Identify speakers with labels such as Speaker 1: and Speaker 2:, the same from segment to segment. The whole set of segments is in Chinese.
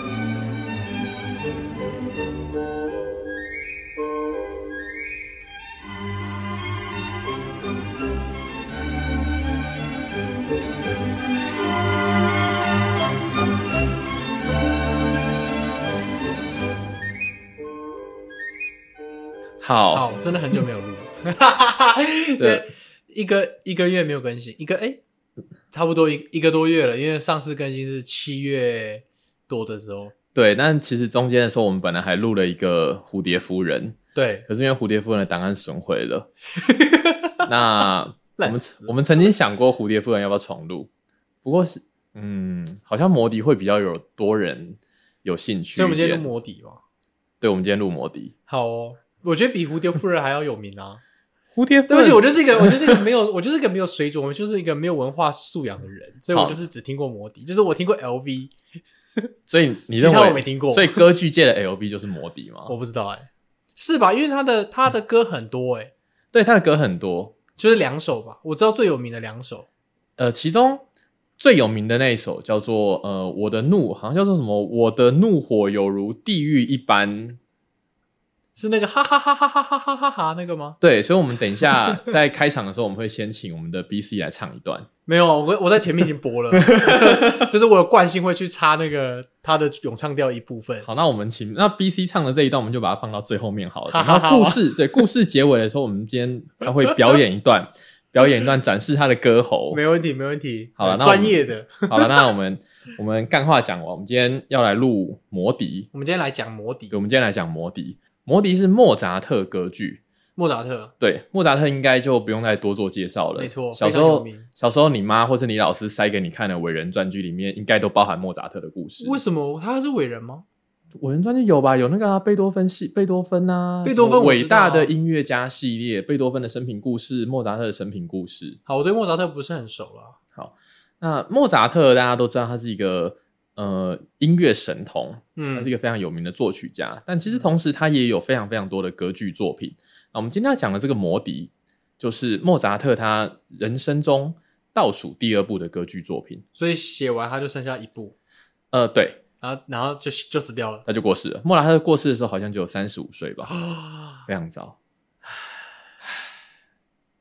Speaker 1: 好，
Speaker 2: 好，哦真的很久没有录，
Speaker 1: 哦 这
Speaker 2: 对，一个一个月没有更新，一个哎、差不多一一个多月了，因为上次更新是七月多的时候，
Speaker 1: 对，但其实中间的时候，我们本来还录了一个蝴蝶夫人，
Speaker 2: 对，
Speaker 1: 可是因为蝴蝶夫人的档案损毁了，那我
Speaker 2: 烂
Speaker 1: 们
Speaker 2: 死
Speaker 1: 我们曾经想过蝴蝶夫人要不要重录，不过是嗯，好像摩迪会比较有多人有兴趣一点，
Speaker 2: 所以我们今天录摩底嘛，
Speaker 1: 对，我们今天录摩迪。
Speaker 2: 好哦，我觉得比蝴蝶夫人还要有名 啊，
Speaker 1: 蝴蝶夫
Speaker 2: 对不起，我
Speaker 1: 人，
Speaker 2: 就是一个我就是一个没有我就是一个没有水准，我就是一个没有文化素养的人，所以我
Speaker 1: 好
Speaker 2: 就是只听过摩底，就是我听过 LV，
Speaker 1: 所以你
Speaker 2: 其
Speaker 1: 认
Speaker 2: 他
Speaker 1: 为
Speaker 2: 我没听过
Speaker 1: 所以歌剧界的 L B 就是摩迪吗？
Speaker 2: 我不知道哎、是吧？因为他的他的歌很多哎、
Speaker 1: 对，他的歌很多，
Speaker 2: 就是两首吧，我知道最有名的两首，
Speaker 1: 呃，其中最有名的那一首叫做呃我的怒，好像叫做什么我的怒火有如地狱一般。
Speaker 2: 是那个哈哈哈哈哈哈哈哈哈那个吗？
Speaker 1: 对，所以我们等一下在开场的时候，我们会先请我们的 B C 来唱一段。
Speaker 2: 没有，我我在前面已经播了，就是我有惯性会去插那个他的咏唱调一部分。
Speaker 1: 好，那我们请那 B C 唱的这一段，我们就把它放到最后面好了。
Speaker 2: 好
Speaker 1: 然
Speaker 2: 好
Speaker 1: 后故
Speaker 2: 好
Speaker 1: 事对故事结尾的时候，我们今天他会表演一段， 表演一段展示他的歌喉。
Speaker 2: 没问题，没问题。
Speaker 1: 好了那我们
Speaker 2: 专业的。
Speaker 1: 好了，那我们我们干话讲完，我们今天要来录魔笛。
Speaker 2: 我们今天来讲魔笛
Speaker 1: 对，，我们今天来讲魔笛。魔笛是莫扎特歌剧，
Speaker 2: 莫扎特。
Speaker 1: 对，莫扎特应该就不用再多做介绍了。
Speaker 2: 没错
Speaker 1: 小时
Speaker 2: 非常有
Speaker 1: 候
Speaker 2: 名
Speaker 1: 小时候你妈或是你老师塞给你看的伟人传记里面，应该都包含莫扎特的故事。
Speaker 2: 为什么他是伟人吗？
Speaker 1: 伟人传记有吧？有那个啊，贝多芬系，贝多芬啊，
Speaker 2: 贝多芬
Speaker 1: 什么
Speaker 2: 我
Speaker 1: 伟
Speaker 2: 知道
Speaker 1: 大
Speaker 2: 啊
Speaker 1: 的音乐家系列，贝多芬的生平故事，莫扎特的生平故事。
Speaker 2: 好，我对莫扎特不是很熟了。
Speaker 1: 那莫扎特大家都知道，他是一个呃音乐神童，他
Speaker 2: 嗯
Speaker 1: 是一，个非常有名的作曲家，但其实同时他也有非常非常多的歌剧作品。那我们今天要讲的这个《魔笛》，就是莫扎特他人生中倒数第二部的歌剧作品。
Speaker 2: 所以写完他就剩下一部，
Speaker 1: 呃，对，
Speaker 2: 然后然后就就死掉了。
Speaker 1: 他就过世了。莫扎特过世的时候好像只有三十五岁吧，
Speaker 2: 啊，
Speaker 1: 非常早。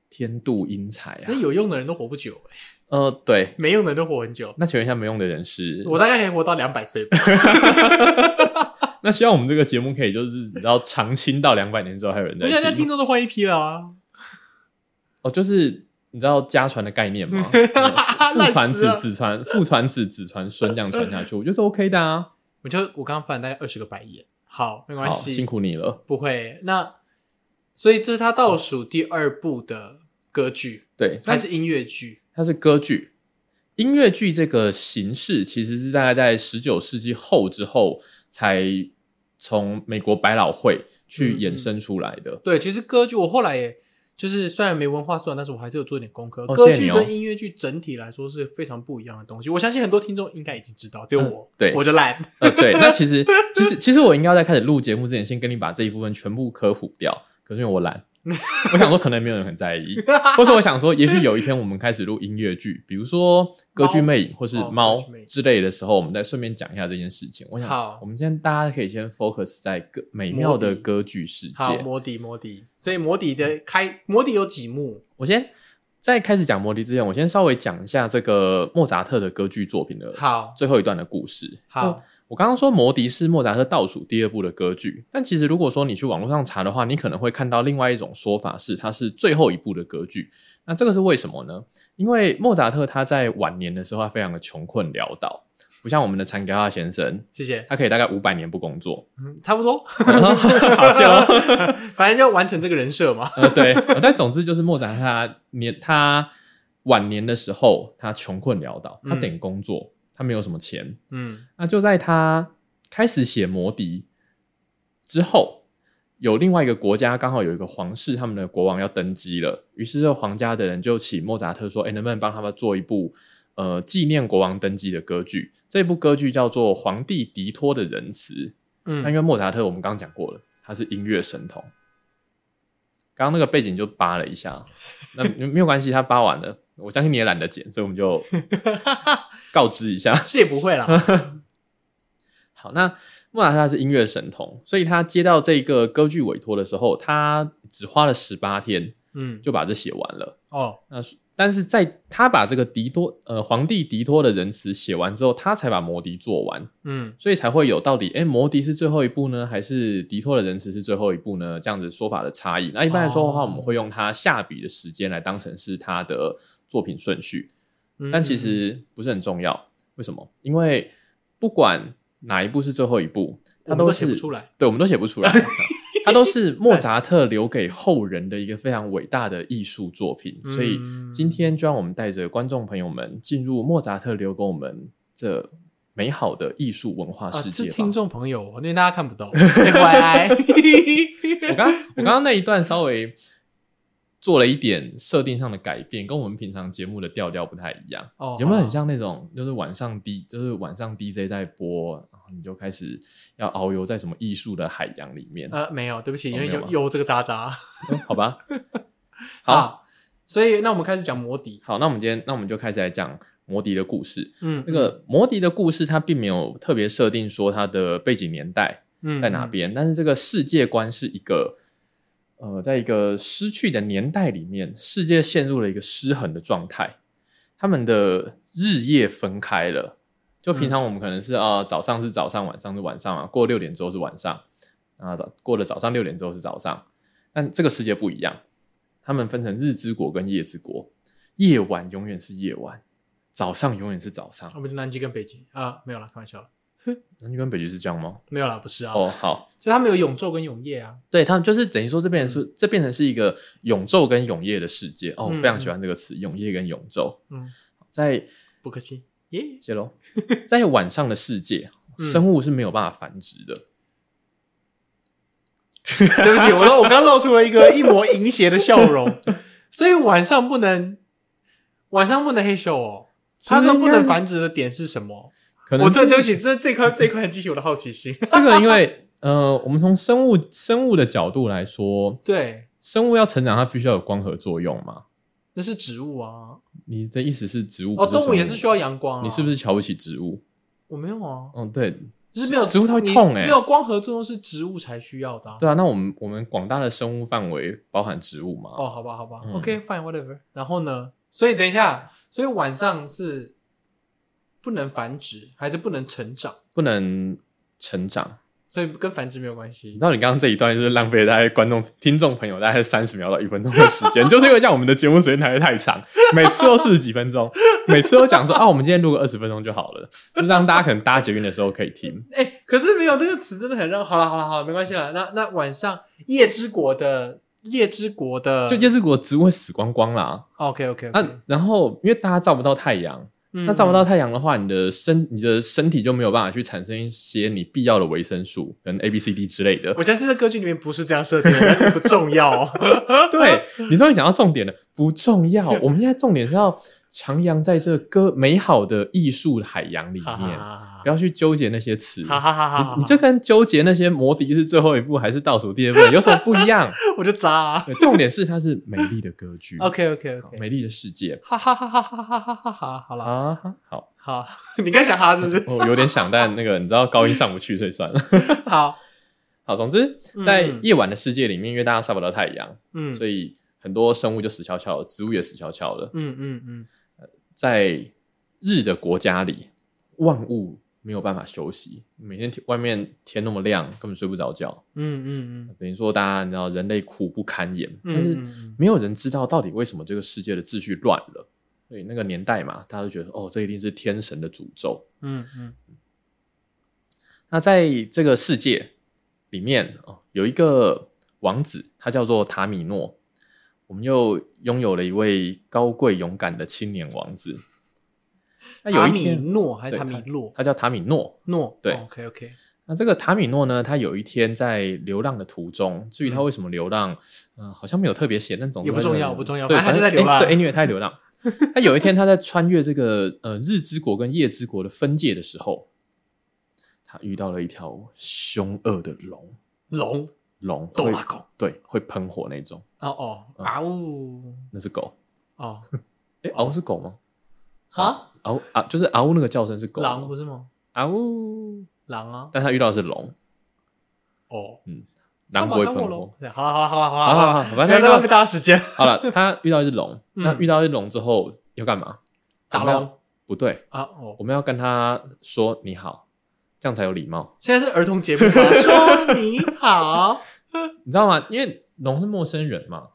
Speaker 1: 天妒英才啊
Speaker 2: 那！有用的人都活不久、欸，
Speaker 1: 呃，对，
Speaker 2: 没用的人都活很久。
Speaker 1: 那请问一下没用的人是？
Speaker 2: 我大概可以活到两百岁吧。
Speaker 1: 那希望我们这个节目可以就是然后长青到两百年之后还有人
Speaker 2: 我现在
Speaker 1: 在
Speaker 2: 听众都换一批了啊。
Speaker 1: 哦，就是你知道家传的概念 吗？父传子，子传，父传子，子传孙，这样传下去，我觉得是 OK 的啊。
Speaker 2: 我就我刚刚翻了大概二十个白眼。好，没
Speaker 1: 好，
Speaker 2: 关系，
Speaker 1: 辛苦你了。
Speaker 2: 不会。那所以这是他倒数第二部的歌剧，
Speaker 1: 对，它
Speaker 2: 还
Speaker 1: 是
Speaker 2: 是音乐剧？
Speaker 1: 它是歌剧，音乐剧这个形式其实是大概在十九世纪后之后才从美国百老汇去
Speaker 2: 嗯
Speaker 1: 衍
Speaker 2: 嗯
Speaker 1: 生出来的。
Speaker 2: 对，其实歌剧我后来也就是虽然没文化素养，但是我还是有做一点功课。
Speaker 1: 哦
Speaker 2: 歌
Speaker 1: 谢谢
Speaker 2: 剧
Speaker 1: 你哦
Speaker 2: 跟音乐剧整体来说是非常不一样的东西。我相信很多听众应该已经知道，只有
Speaker 1: 嗯
Speaker 2: 我，
Speaker 1: 对
Speaker 2: 我就烂。
Speaker 1: 呃，对，那其 实其实其实我应该在开始录节目之前，先跟你把这一部分全部科普掉。可是因为我 懒，我想说可能没有人很在意，或是我想说，也许有一天我们开始录音乐剧，比如说《歌剧魅影》或是
Speaker 2: 哦
Speaker 1: 《
Speaker 2: 歌
Speaker 1: 猫
Speaker 2: 剧魅影》
Speaker 1: 之类的时候，我们再顺便讲一下这件事情。我想，
Speaker 2: 好
Speaker 1: 我们今天大家可以先 focus 在歌美妙的
Speaker 2: 魔笛
Speaker 1: 歌剧世
Speaker 2: 好，
Speaker 1: 界。
Speaker 2: 摩底摩底，所以摩底的开摩底有几幕？
Speaker 1: 我先在开始讲魔笛之前，我先稍微讲一下这个莫扎特的歌剧作品的
Speaker 2: 好，
Speaker 1: 最后一段的故事。
Speaker 2: 好，
Speaker 1: 我刚刚说《魔笛》是莫扎特倒数第二部的歌剧，但其实如果说你去网络上查的话，你可能会看到另外一种说法是它是最后一部的歌剧。那这个是为什么呢？因为莫扎特他在晚年的时候，他非常的穷困潦倒，不像我们的残伽拉先生，
Speaker 2: 谢谢，
Speaker 1: 他可以大概五百年不工作。
Speaker 2: 嗯差不多，
Speaker 1: 好笑。哦
Speaker 2: 反正就完成这个人设嘛。
Speaker 1: 呃，对，呃但总之就是莫扎特他年他晚年的时候，他穷困潦倒，他等工作，他没有什么钱，
Speaker 2: 嗯，
Speaker 1: 那就在他开始写《魔笛》之后，有另外一个国家刚好有一个皇室，他们的国王要登基了，于是这个皇家的人就请莫扎特说：“哎、能不能帮他们做一部呃纪念国王登基的歌剧。这部歌剧叫做《皇帝迪托的仁慈》。那因
Speaker 2: 嗯，
Speaker 1: 为莫扎特我们刚刚讲过了，他是音乐神童。刚刚那个背景就扒了一下，那没有关系，他扒完了，我相信你也懒得剪，所以我们就告知一下。
Speaker 2: 是也不会
Speaker 1: 嗯
Speaker 2: 啦。
Speaker 1: 好，那莫扎特他是音乐神童，所以他接到这个歌剧委托的时候，他只花了十八天
Speaker 2: 嗯，
Speaker 1: 就把这写完了。
Speaker 2: 哦，
Speaker 1: 那是但是在他把这个迪多呃皇帝迪托的仁慈写完之后，他才把魔笛做完，
Speaker 2: 嗯
Speaker 1: 所以才会有到底，哎、魔笛是最后一步呢，还是迪托的仁慈是最后一步呢？这样子说法的差异。那一般来说的话，
Speaker 2: 哦
Speaker 1: 我们会用他下笔的时间来当成是他的作品顺序，
Speaker 2: 嗯，
Speaker 1: 但其实不是很重要。为什么？因为不管哪一步是最后一步，
Speaker 2: 我
Speaker 1: 它
Speaker 2: 们都
Speaker 1: 是
Speaker 2: 写不出来。
Speaker 1: 对，我们都写不 出来。它都是莫扎特留给后人的一个非常伟大的艺术作品，所以
Speaker 2: 嗯
Speaker 1: 今天就让我们带着观众朋友们进入莫扎特留给我们这美好的艺术文化
Speaker 2: 啊，
Speaker 1: 世界
Speaker 2: 是
Speaker 1: 吧。
Speaker 2: 听众朋友哦，因为大家看不到。FYI，
Speaker 1: 我刚我刚刚那一段稍微做了一点设定上的改变，跟我们平常节目的调调不太一样。
Speaker 2: 哦
Speaker 1: 有没有很
Speaker 2: 好
Speaker 1: 像那种，就是晚上 D，就是晚上 DJ 在播，然后你就开始要遨游在什么艺术的海洋里 面？
Speaker 2: 呃，没有，对不起，
Speaker 1: 哦
Speaker 2: 因为
Speaker 1: 没有
Speaker 2: 有
Speaker 1: 吗
Speaker 2: 有这个渣渣。
Speaker 1: 好吧，好，
Speaker 2: 啊，所以那我们开始讲摩底。
Speaker 1: 好，那我们今天，那我们就开始来讲摩迪的故事。
Speaker 2: 嗯，
Speaker 1: 那个摩迪的故事，它并没有特别设定说它的背景年代
Speaker 2: 嗯
Speaker 1: 在哪？边，但是这个世界观是一个，呃，在一个失去的年代里面，世界陷入了一个失衡的状态，他们的日夜分开了。就
Speaker 2: 嗯
Speaker 1: 平常我们可能是啊、呃早上是早上，晚上是晚上啊，过六点之后是晚上啊，早过了早上六点之后是早上，但这个世界不一样，他们分成日之国跟夜之国，夜晚永远是夜晚，早上永远是早上
Speaker 2: 嗯我。们就南极跟北极啊，没有啦，开玩笑啦，
Speaker 1: 南极跟北极是这样吗？
Speaker 2: 没有啦，不是啊，
Speaker 1: 哦，好，
Speaker 2: 就他们有永昼跟永夜啊。
Speaker 1: 对他们就是等于说这
Speaker 2: 嗯
Speaker 1: 变成是、这变成是一个永昼跟永夜的世界哦，我
Speaker 2: 嗯
Speaker 1: 非常喜欢这个词，永夜跟永昼，
Speaker 2: 嗯，
Speaker 1: 在
Speaker 2: 不客气。 耶，
Speaker 1: 谢 喽，在晚上的世界，
Speaker 2: 嗯
Speaker 1: 生物是没有办法繁殖的。
Speaker 2: 对不起，我露我刚露出了一个一抹淫邪的笑容，所以晚上不能晚上不能黑咻哦。它
Speaker 1: 是
Speaker 2: 那
Speaker 1: 不是
Speaker 2: 不能繁殖的点是什么？
Speaker 1: 可能
Speaker 2: 我
Speaker 1: 是
Speaker 2: 这对不起，这这块这块激起我的好奇心。
Speaker 1: 这个，因为呃，我们从生物生物的角度来说，
Speaker 2: 对，
Speaker 1: 生物要成长，它必须要有光合作用嘛。
Speaker 2: 那是植物啊。
Speaker 1: 你的意思是植物
Speaker 2: 哦，动物也
Speaker 1: 生
Speaker 2: 是需要阳光、啊。
Speaker 1: 你是不
Speaker 2: 是？
Speaker 1: 是瞧不起植物？
Speaker 2: 我没有啊，
Speaker 1: 嗯，对，
Speaker 2: 就是没有
Speaker 1: 植物它会
Speaker 2: 你
Speaker 1: 痛欸
Speaker 2: 没有光合作用是植物才需要的、啊。
Speaker 1: 对啊。那我们我们广大的生物范围包含植物嘛？
Speaker 2: 哦，好吧，好吧、
Speaker 1: 嗯
Speaker 2: o k fine whatever。然后呢？所以等一下，所以晚上是不能繁殖，还是不能成长？
Speaker 1: 不能成长。
Speaker 2: 所以跟繁殖没有关系
Speaker 1: 你知。道你刚刚这一段就是浪费了大概观众、听众朋友大概三十秒到一分钟的时间，就是因为这样我们的节目时间太太长，每次都四十几分钟，每次都讲说啊，我们今天录个二十分钟就好了，就让大家可能搭捷运的时候可以听。
Speaker 2: 哎、可是没有这个词真的很让……好了，好了，好了，没关系了。那那晚上夜之国的夜之国的，
Speaker 1: 就椰子果植物会死光光啦，
Speaker 2: OK OK，
Speaker 1: 那、然后因为大家照不到太阳，
Speaker 2: 嗯
Speaker 1: 那照不到太阳的话，你的身你的身体就没有办法去产生一些你必要的维生素，跟 A、B、C、D 之类的。
Speaker 2: 我相信在歌剧里面不是这样设定的，但是不 重要。
Speaker 1: 对，你终于讲到重点了，不重要。
Speaker 2: 嗯
Speaker 1: 我们现在重点是要徜徉在这歌美好的艺术海洋里
Speaker 2: 哈
Speaker 1: 面，
Speaker 2: 哈
Speaker 1: 不要去纠结那些词。
Speaker 2: 哈哈哈哈！
Speaker 1: 你你这跟纠结那些魔笛是最后一步还是倒数第二步 有什么不一样？
Speaker 2: 我就渣、啊。
Speaker 1: 对重点是它是美丽的歌剧
Speaker 2: OK OK
Speaker 1: 好
Speaker 2: OK，
Speaker 1: 美丽的世界
Speaker 2: 哈哈哈哈哈哈哈哈哈！好了，
Speaker 1: 啊！哈好，
Speaker 2: 好， 你刚想哈是不 是？
Speaker 1: 我有点想，但那个你知道高音上不去，所以算了。
Speaker 2: 好，
Speaker 1: 好，总之在
Speaker 2: 嗯
Speaker 1: 夜晚的世界里面，因为大家晒不到太阳，
Speaker 2: 嗯，
Speaker 1: 所
Speaker 2: 以，
Speaker 1: 以很多生物就死翘翘了，植物也死翘翘了。
Speaker 2: 嗯嗯嗯，
Speaker 1: 在日的国家里，万物没有办法休息，每天天外面天那么亮，根本睡不着觉。
Speaker 2: 嗯嗯嗯
Speaker 1: 等于说，大家你知道人类苦不堪言，但
Speaker 2: 嗯
Speaker 1: 是
Speaker 2: 嗯，
Speaker 1: 没有人知道到底为什么这个世界的秩序乱了。所以那个年代嘛，大家都觉得哦，这一定是天神的诅咒。
Speaker 2: 嗯嗯
Speaker 1: 那在这个世界里面哦，有一个王子，他叫做塔米诺。我们又拥有了一位高贵勇敢的青年王子。那
Speaker 2: 嗯，
Speaker 1: 有
Speaker 2: 塔
Speaker 1: 一
Speaker 2: 米
Speaker 1: 天，
Speaker 2: 诺还是
Speaker 1: 对
Speaker 2: 塔米洛
Speaker 1: 他叫塔米诺。
Speaker 2: 诺？哦
Speaker 1: 对
Speaker 2: ，OK OK，
Speaker 1: 那这个塔米诺呢，他有一天在流浪的途中，至于他为什么流浪，嗯、好像没有特别写，但总之
Speaker 2: 也不重要
Speaker 1: 他就
Speaker 2: 不重要
Speaker 1: 对，
Speaker 2: 反正他就在
Speaker 1: 反正哎诶对
Speaker 2: 流浪
Speaker 1: ，anyway，他在流浪，那有一天他在穿越这个呃日之国跟夜之国的分界的时候，他遇到了一条凶恶的龙，
Speaker 2: 龙
Speaker 1: 龙
Speaker 2: 斗
Speaker 1: 会
Speaker 2: 拉狗。
Speaker 1: 对会喷火那种，
Speaker 2: 哦哦，
Speaker 1: 嗯
Speaker 2: 啊呜，
Speaker 1: 那是狗。
Speaker 2: 哦，
Speaker 1: 哎，嗷是狗吗？
Speaker 2: 哈，
Speaker 1: 嗷啊，就是嗷那个叫声是狗吗，
Speaker 2: 狼不是吗？
Speaker 1: 嗷呜。
Speaker 2: 狼啊，
Speaker 1: 但他遇到的是龙，
Speaker 2: 哦，
Speaker 1: 嗯狼不会喷火。
Speaker 2: 火。好了好了好
Speaker 1: 好
Speaker 2: 了好了
Speaker 1: 好
Speaker 2: 好了，
Speaker 1: 好，
Speaker 2: 不
Speaker 1: 反
Speaker 2: 要
Speaker 1: 正
Speaker 2: 再浪费
Speaker 1: 他
Speaker 2: 大家时间。
Speaker 1: 好了，他遇到一只龙，
Speaker 2: 嗯
Speaker 1: 那遇到一只龙之后要干嘛？
Speaker 2: 打
Speaker 1: 我们要
Speaker 2: 龙
Speaker 1: 不对，
Speaker 2: 啊，哦，
Speaker 1: 我们要跟他说你好，这样才有礼貌。
Speaker 2: 现在是儿童节目吧， 说你好，
Speaker 1: 你知道吗？因为龙是陌生人 嘛，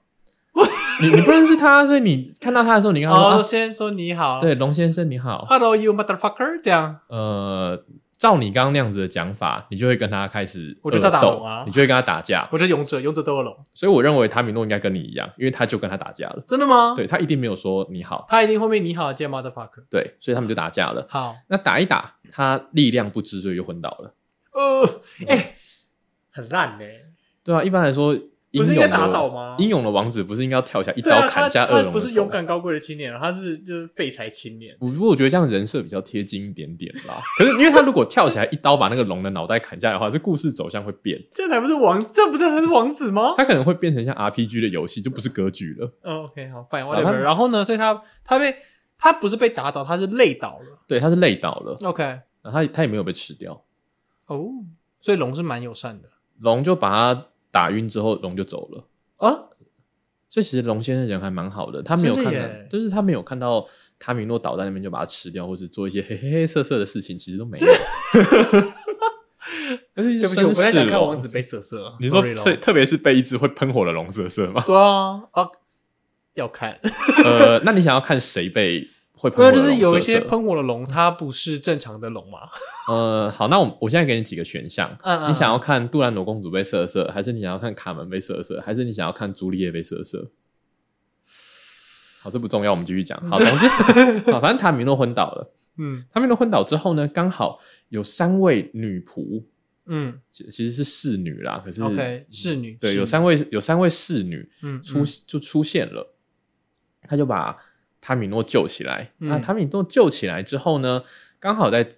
Speaker 1: 你你不认识他，所以你看到他的时候，你跟他说、
Speaker 2: 哦，
Speaker 1: 啊
Speaker 2: 先说你好，
Speaker 1: 对，龙先生你好。
Speaker 2: ，Hello you motherfucker，这样
Speaker 1: 呃，照你刚刚那样子的讲法，你就会跟他开始
Speaker 2: 我就知道打
Speaker 1: 恶斗
Speaker 2: 龙啊
Speaker 1: 你就会跟他打架。
Speaker 2: 我这勇者，勇者都有龙，
Speaker 1: 所以我认为塔米诺应该跟你一样，因为他就跟他打架了。
Speaker 2: 真的吗？，
Speaker 1: 对他一定没有说你好，
Speaker 2: 他一定后面你好接啊 motherfucker，
Speaker 1: 对，所以他们就打架了。
Speaker 2: 好，
Speaker 1: 那打一打，他力量不支，所以就昏倒了，
Speaker 2: 呃，哎，很烂呢，
Speaker 1: 对啊，一般来说，
Speaker 2: 不
Speaker 1: 英
Speaker 2: 是
Speaker 1: 勇
Speaker 2: 应
Speaker 1: 的
Speaker 2: 该打倒吗？
Speaker 1: 英勇的王子不是应该要跳下一
Speaker 2: 对啊，
Speaker 1: 刀
Speaker 2: 他
Speaker 1: 砍下恶
Speaker 2: 他
Speaker 1: 龙的头？
Speaker 2: 不是勇敢高贵的青年，他是就是废柴青年。
Speaker 1: 我不过我觉得这样人设比较贴近一点点啦。可是因为他如果跳起来一刀把那个龙的脑袋砍下来的话，这故事走向会变，
Speaker 2: 这才不是王，这不是才是王子吗？
Speaker 1: 他可能会变成像 RPG 的游戏，就不是歌剧了。
Speaker 2: 嗯，OK，好，fine
Speaker 1: 然后
Speaker 2: whatever。然后呢，所以他他被他不是被打倒，他是累倒了。
Speaker 1: 对，他是累倒了，
Speaker 2: OK，
Speaker 1: 然后他他也没有被吃掉，
Speaker 2: 哦，所以龙是蛮友善的
Speaker 1: 龙就把他打晕之后，龙就走了。
Speaker 2: 啊。
Speaker 1: 所以其实龙先生人还蛮好的，他没有看
Speaker 2: 真的
Speaker 1: 到
Speaker 2: 耶，
Speaker 1: 就是他没有看到塔米诺倒在那边就把它吃掉，或是做一些黑 黑黑色色的事情，其实都没有。 但是一
Speaker 2: 对
Speaker 1: 些
Speaker 2: 不起，我
Speaker 1: 绅
Speaker 2: 不太想
Speaker 1: 士
Speaker 2: 看王
Speaker 1: 龙
Speaker 2: 子，被射射。
Speaker 1: 哦你说
Speaker 2: Sorry 咯
Speaker 1: 特特别是被一只会喷火的龙射射吗？
Speaker 2: 对啊啊，要看，
Speaker 1: 呃，那你想要看谁被会喷
Speaker 2: 不
Speaker 1: 火
Speaker 2: 是
Speaker 1: 的
Speaker 2: 就
Speaker 1: 龙
Speaker 2: 是有一
Speaker 1: 射
Speaker 2: 些
Speaker 1: 射
Speaker 2: 喷火的龙，它不是正常的龙嘛？
Speaker 1: 呃，好，那我我现在给你几个选项，
Speaker 2: 嗯嗯
Speaker 1: 你想要看杜兰朵公主被射射，还是你想要看卡门被射射，还是你想要看朱丽叶被射射？好，这不重要，我们继续讲。好，总 之，好，反正塔米诺昏倒了。
Speaker 2: 嗯
Speaker 1: 塔米诺昏倒之后呢，刚好有三位女仆，
Speaker 2: 嗯
Speaker 1: 其其实是侍女啦，可是
Speaker 2: ，OK，侍女
Speaker 1: 对，有
Speaker 2: 三
Speaker 1: 三位有三位侍女，
Speaker 2: 嗯
Speaker 1: 出
Speaker 2: 嗯
Speaker 1: 就出现了，他就把塔米诺救起来。
Speaker 2: 嗯
Speaker 1: 那塔米诺救起来之后呢，刚好在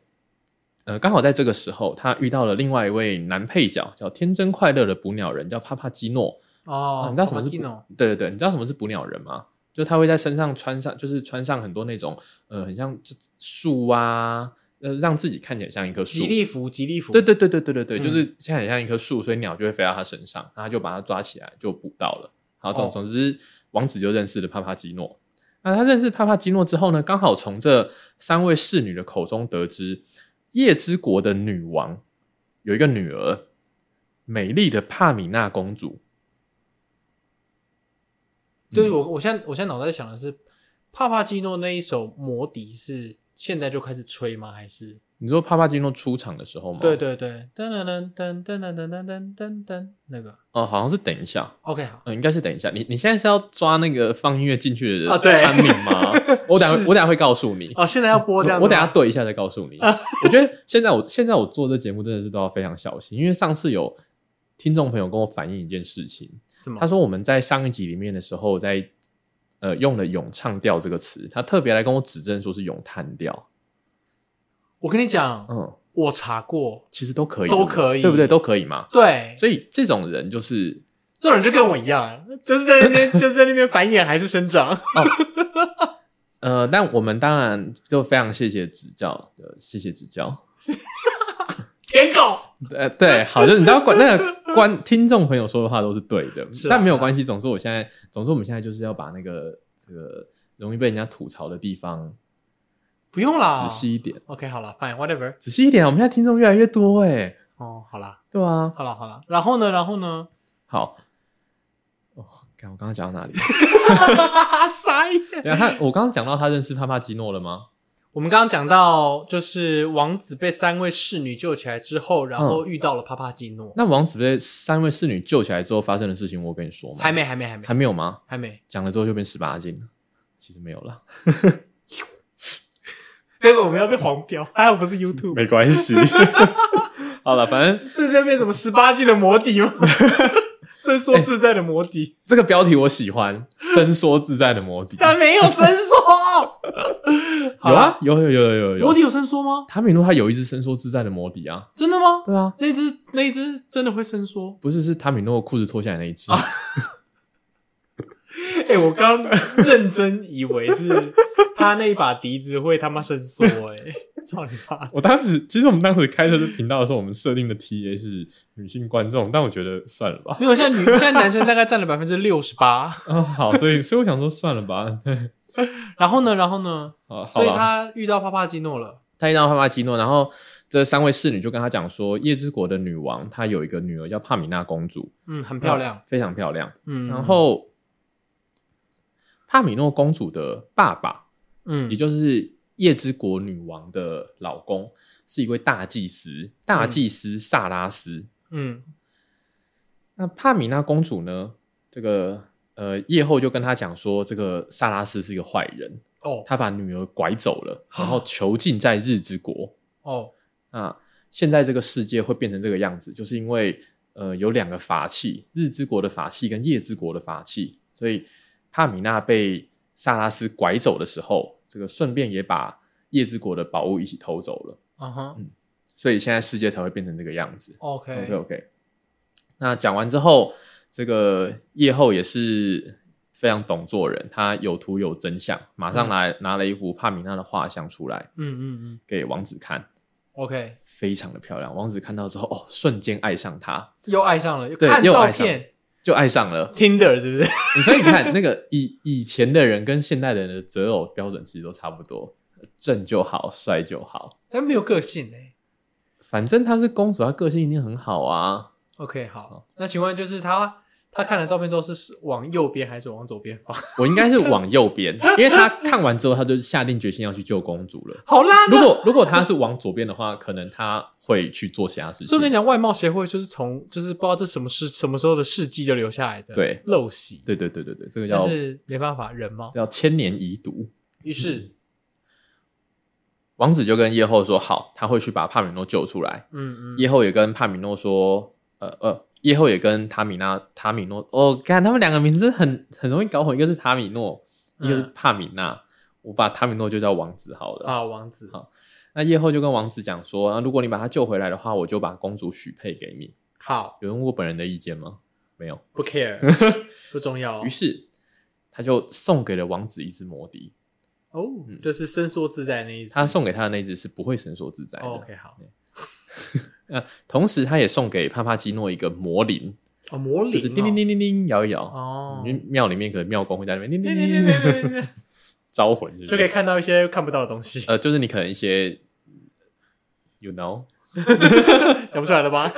Speaker 1: 呃刚好在这个时候，他遇到了另外一位男配角，叫天真快乐的捕鸟人，叫帕帕基诺。
Speaker 2: 哦
Speaker 1: 啊，你知道什么是捕
Speaker 2: Papageno？
Speaker 1: 对对对，你知道什么是捕鸟人吗？就他会在身上穿上，就是穿上很多那种呃，很像就树啊，呃，让自己看起来像一棵树。
Speaker 2: 吉利福，吉利福，
Speaker 1: 对对对对对对对，
Speaker 2: 嗯
Speaker 1: 就是现在很像一棵树，所以鸟就会飞到它身上，然后它就把它抓起来就捕到了。好，
Speaker 2: 哦
Speaker 1: 总总之，王子就认识了帕帕基诺。那他认识帕帕基诺之后呢，刚好从这三位侍女的口中得知，夜之国的女王有一个女儿，美丽的帕米娜公主。
Speaker 2: 对，
Speaker 1: 嗯
Speaker 2: 我我现在我现在脑袋想的是，帕帕基诺那一首《魔笛》是现在就开始吹吗？还是？
Speaker 1: 你说帕帕基诺出场的时候吗？
Speaker 2: 对，对对，噔噔噔噔噔噔噔噔噔噔，那个
Speaker 1: 哦，好像是等一下，
Speaker 2: OK 好，
Speaker 1: 嗯，应该是等一下。你你现在是要抓那个放音乐进去的
Speaker 2: 啊对
Speaker 1: 餐名 吗？我等下
Speaker 2: 是
Speaker 1: 我等下会告诉你。
Speaker 2: 哦，现在要播这样，啊
Speaker 1: 我等下，对一下再告诉你。我觉得现在我现在我做这节目真的是都要非常小心，因为上次有听众朋友跟我反映一件事情，
Speaker 2: 什么
Speaker 1: 他？说我们在上一集里面的时候在呃用了“咏唱调”这个词，他特别来跟我指正说是“咏叹调
Speaker 2: 我跟你”。讲，
Speaker 1: 嗯，
Speaker 2: 我查过，
Speaker 1: 其实都可以，
Speaker 2: 都可以
Speaker 1: 对不对？都可以嘛。
Speaker 2: 对，
Speaker 1: 所以这种人就是
Speaker 2: 这种人就跟我一样，就是在那边 就是在那边繁衍还是生长，
Speaker 1: 呃，但我们当然就非常谢谢指教，呃谢谢指教。
Speaker 2: 舔狗。
Speaker 1: 呃， 对，好，就是你知道观那个观听众朋友说的话都是对的，
Speaker 2: 是啊
Speaker 1: 但没有关系。总之，我现在，总之我们现在就是要把那个这个容易被人家吐槽的地方
Speaker 2: 不用啦，
Speaker 1: 仔细一点，
Speaker 2: OK，好了，Fine whatever。
Speaker 1: 仔细一点啊。我们现在听众越来越多哎，
Speaker 2: 哦，好啦，
Speaker 1: 对啊，
Speaker 2: 好啦，好啦。然后呢，然后 呢？
Speaker 1: 好。哦，看我刚刚讲到哪 里？
Speaker 2: 傻眼。
Speaker 1: 然后他，我刚刚讲到他认识帕帕基诺了吗？
Speaker 2: 我们刚刚讲到，就是王子被三位侍女救起来之后，然
Speaker 1: 嗯
Speaker 2: 后遇到了帕帕基诺，
Speaker 1: 那王子被三位侍女救起来之后发生的事情，我跟你说吗？
Speaker 2: 还没，还没，还没
Speaker 1: 还，没有吗？
Speaker 2: 还没。
Speaker 1: 讲了之后就变十八禁了，其实没有啦。
Speaker 2: 这个我们要被黄标，还好不是 YouTube，
Speaker 1: 没关系。 好了，反正
Speaker 2: 这是变什么十八禁的魔笛 吗？伸缩自在的魔笛，
Speaker 1: 这个标题我喜欢，伸缩自在的魔笛。
Speaker 2: 但没有伸缩
Speaker 1: 有啊，有有有有有
Speaker 2: 摩
Speaker 1: 有。
Speaker 2: 笛有伸缩吗？
Speaker 1: 塔米诺他有一只伸缩自在的摩笛啊，
Speaker 2: 真的吗？
Speaker 1: 对啊，
Speaker 2: 那只那只真的会伸缩？
Speaker 1: 不是是塔米诺裤子脱下来那一只，
Speaker 2: 哎、我刚认真以为是他那一把笛子会他妈伸缩、 哎，操你妈！
Speaker 1: 我当时其实我们当时开这个频道的时候，我们设定的 TA 是女性观众，但我觉得算了 吧。
Speaker 2: 没有，现在女现在男生大概占了百分之六十八。
Speaker 1: 啊、好， 所以所以我想说算了吧。
Speaker 2: 然后呢，然后呢，
Speaker 1: 啊，好
Speaker 2: 所以
Speaker 1: 了，
Speaker 2: 他遇到帕帕基诺了。
Speaker 1: 他一到帕帕基诺，然后这三位侍女就跟他讲说，夜之国的女王她有一个女儿叫帕米娜公主，
Speaker 2: 嗯，很漂亮。
Speaker 1: 非常漂亮。
Speaker 2: 嗯，
Speaker 1: 然后帕米诺公主的爸爸，
Speaker 2: 嗯
Speaker 1: 也，就是夜之国女王的老公，是一位大祭司，大祭司萨拉斯。
Speaker 2: 嗯
Speaker 1: 那帕米娜公主呢？这个呃，夜后就跟她讲说，这个萨拉斯是一个坏人，
Speaker 2: 哦
Speaker 1: 他把女儿拐走了，然后囚禁在日之国。
Speaker 2: 哦
Speaker 1: 那现在这个世界会变成这个样子，就是因为呃有两个法器，日之国的法器跟夜之国的法器，所以帕米娜被萨拉斯拐走的时候，这个顺便也把夜之国的宝物一起偷走了，
Speaker 2: 啊哈
Speaker 1: 所以现在世界才会变成这个样子。OK
Speaker 2: ，OK，
Speaker 1: OK。那讲完之后，这个叶后也是非常懂做人，他有图有真相，马上拿、拿了一幅帕米娜的画像出来
Speaker 2: 嗯嗯嗯
Speaker 1: 给王子看，
Speaker 2: ，OK，
Speaker 1: 非常的漂亮。王子看到之后，哦，瞬间爱上她，
Speaker 2: 又爱上了，又
Speaker 1: 对
Speaker 2: 看
Speaker 1: 又
Speaker 2: 照
Speaker 1: 爱上
Speaker 2: 片
Speaker 1: 就爱上了。
Speaker 2: ，Tinder 是不是？
Speaker 1: 你所以你看，那个以以前的人跟现代的人的择偶标准其实都差不多，正就好，帅就好，
Speaker 2: 他没有个性哎、
Speaker 1: 反正她是公主，她个性一定很好啊。
Speaker 2: OK，好，那请问就是他他看了照片之后是是往右边还是往左边放？
Speaker 1: 我应该是往右边，因为她看完之后，她就下定决心要去救公主了。
Speaker 2: 好啦，
Speaker 1: 如果如果他是往左边的话，可能他会去做其他事
Speaker 2: 所以我跟
Speaker 1: 情
Speaker 2: 你。讲，外貌协会就是从就是不知道这什么事什么时候的事迹就留下来的，
Speaker 1: 对
Speaker 2: 陋习，
Speaker 1: 对对对对对，这个
Speaker 2: 但
Speaker 1: 叫
Speaker 2: 是没办法，人嘛。
Speaker 1: 叫千年遗毒。
Speaker 2: 于是，
Speaker 1: 王子就跟叶后说好，他会去把帕米诺救出来。
Speaker 2: 嗯嗯，
Speaker 1: 叶后也跟帕米诺说，呃呃，叶后也跟塔米娜塔米诺，哦，看他们两个名字很很容易搞混，一个是塔米诺，一个是
Speaker 2: 嗯
Speaker 1: 帕米娜。我把塔米诺就叫王子好了。
Speaker 2: 啊，王子
Speaker 1: 好那叶后就跟王子讲说，啊如果你把他救回来的话，我就把公主许配给你。
Speaker 2: 好
Speaker 1: 有人问过本人的意见吗？没有。
Speaker 2: 不 care，不重要哦
Speaker 1: 于是他就送给了王子一只魔笛，
Speaker 2: 哦
Speaker 1: 嗯，
Speaker 2: 就是伸缩自在那一次。
Speaker 1: 他送给他的那只是不会伸缩自在的。
Speaker 2: 哦 OK 好，
Speaker 1: 呃，同时他也送给帕帕基诺一个魔铃，
Speaker 2: 哦，魔铃
Speaker 1: 就是叮叮
Speaker 2: 哦
Speaker 1: 叮叮叮摇一摇。
Speaker 2: 哦，
Speaker 1: 因为庙里面可能庙公会在那边叮叮
Speaker 2: 对
Speaker 1: 叮叮
Speaker 2: 对对
Speaker 1: 叮
Speaker 2: 对
Speaker 1: 叮
Speaker 2: 对对，
Speaker 1: 招魂，
Speaker 2: 就可以。看到一些看不到的东西，
Speaker 1: 呃，就是你可能一些，you know，
Speaker 2: 讲不出来了吧？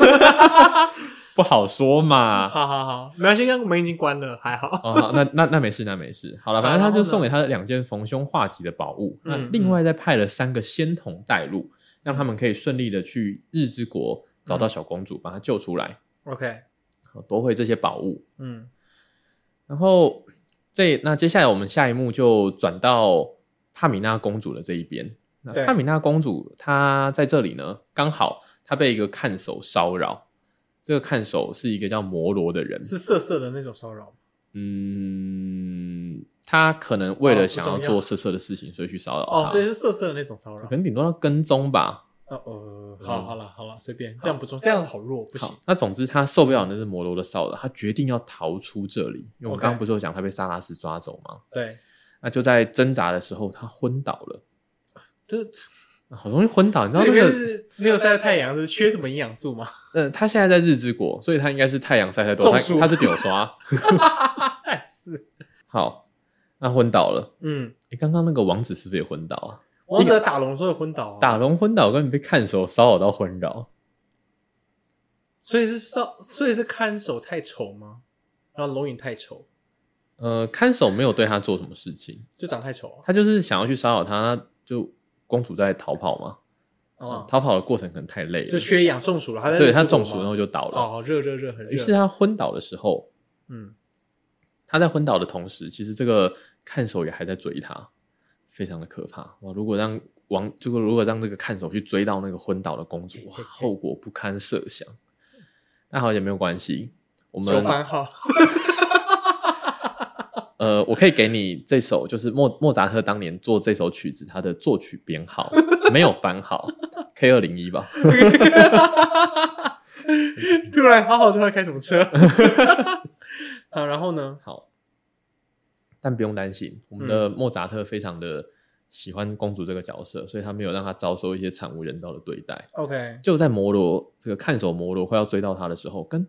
Speaker 1: 不好说嘛。
Speaker 2: 好好好，没关系，因为我们已经关了，还好。
Speaker 1: 哦，好那那那没事，那没事。好了，反正他
Speaker 2: 好然后
Speaker 1: 就
Speaker 2: 呢
Speaker 1: 送给他两件逢凶化吉的宝物，那
Speaker 2: 嗯
Speaker 1: 另外再派了三个仙童带路，让他们可以顺利的去日之国找
Speaker 2: 嗯
Speaker 1: 到小公主，把她救出来。
Speaker 2: OK，
Speaker 1: 夺回这些宝物。
Speaker 2: 嗯
Speaker 1: 然后这那接下来我们下一幕就转到帕米娜公主的这一边。那
Speaker 2: 对
Speaker 1: 帕米娜公主她在这里呢，刚好她被一个看守骚扰。这个看守是一个叫摩罗的人，
Speaker 2: 是色色的那种骚扰吗。
Speaker 1: 嗯，他可能为
Speaker 2: 哦
Speaker 1: 了
Speaker 2: 不
Speaker 1: 想
Speaker 2: 重
Speaker 1: 要
Speaker 2: 要
Speaker 1: 做色色的事情，所以去骚扰
Speaker 2: 哦，
Speaker 1: 她
Speaker 2: 所以是色色的那种骚扰
Speaker 1: 可。能顶多要跟踪吧。
Speaker 2: 哦哦，
Speaker 1: 嗯
Speaker 2: 好好了好了，随便，这样不重，这样好弱，不行
Speaker 1: 好。，那总之她受不了那是摩罗的骚扰，她决定要逃出这里。因为我们
Speaker 2: OK
Speaker 1: 刚刚不是有讲她被萨拉斯抓走吗？
Speaker 2: 对，
Speaker 1: 那就在挣扎的时候，他昏倒了，
Speaker 2: 这
Speaker 1: 好容易昏倒。你知道
Speaker 2: 这里
Speaker 1: 那
Speaker 2: 面
Speaker 1: 个，
Speaker 2: 是没有晒到太阳，是不是缺什么营养素吗？
Speaker 1: 嗯、他现在在日之国，所以他应该是太阳晒太多，他
Speaker 2: 中暑
Speaker 1: 他是柳刷。
Speaker 2: 是，
Speaker 1: 好，那昏倒了。
Speaker 2: 嗯，哦
Speaker 1: 诶刚刚那个王子是不是也昏倒啊？
Speaker 2: 王者打龙的时候有昏倒啊，
Speaker 1: 打龙昏倒，跟你被看守骚扰到昏倒，
Speaker 2: 所以是少，所以是看守太丑吗？然后龙影太丑，
Speaker 1: 呃，看守没有对他做什么事情，
Speaker 2: 就长太丑啊
Speaker 1: 他就是想要去骚扰他，那就公主在逃跑嘛。
Speaker 2: 哦，
Speaker 1: 逃跑的过程可能太累
Speaker 2: 就
Speaker 1: 了，
Speaker 2: 缺氧中暑了，他在
Speaker 1: 对
Speaker 2: 日
Speaker 1: 他
Speaker 2: 出
Speaker 1: 中
Speaker 2: 国
Speaker 1: 暑然
Speaker 2: 吗
Speaker 1: 后就倒了。
Speaker 2: 哦，热热热很热，
Speaker 1: 于是他昏倒的时候，
Speaker 2: 嗯，
Speaker 1: 他在昏倒的同时，其实这个看守也还在追他，非常的可怕哇！如果让王，这个如果让这个看守去追到那个昏倒的公主，哇，后果不堪设想。那好也没有关系，我
Speaker 2: 九
Speaker 1: 们
Speaker 2: 番号
Speaker 1: 呃，我可以给你这首，就是莫莫扎特当年做这首曲子，他的作曲编号没有番号 K 二零一吧？
Speaker 2: 突然好好知道开什么 车。啊，然后呢？
Speaker 1: 好，但不用担心，我们的莫扎特非常的喜欢公主这个角色，所以他没有让她遭受一些惨无人道的对待。
Speaker 2: OK，
Speaker 1: 就在摩罗这个看守摩罗快要追到他的时候，跟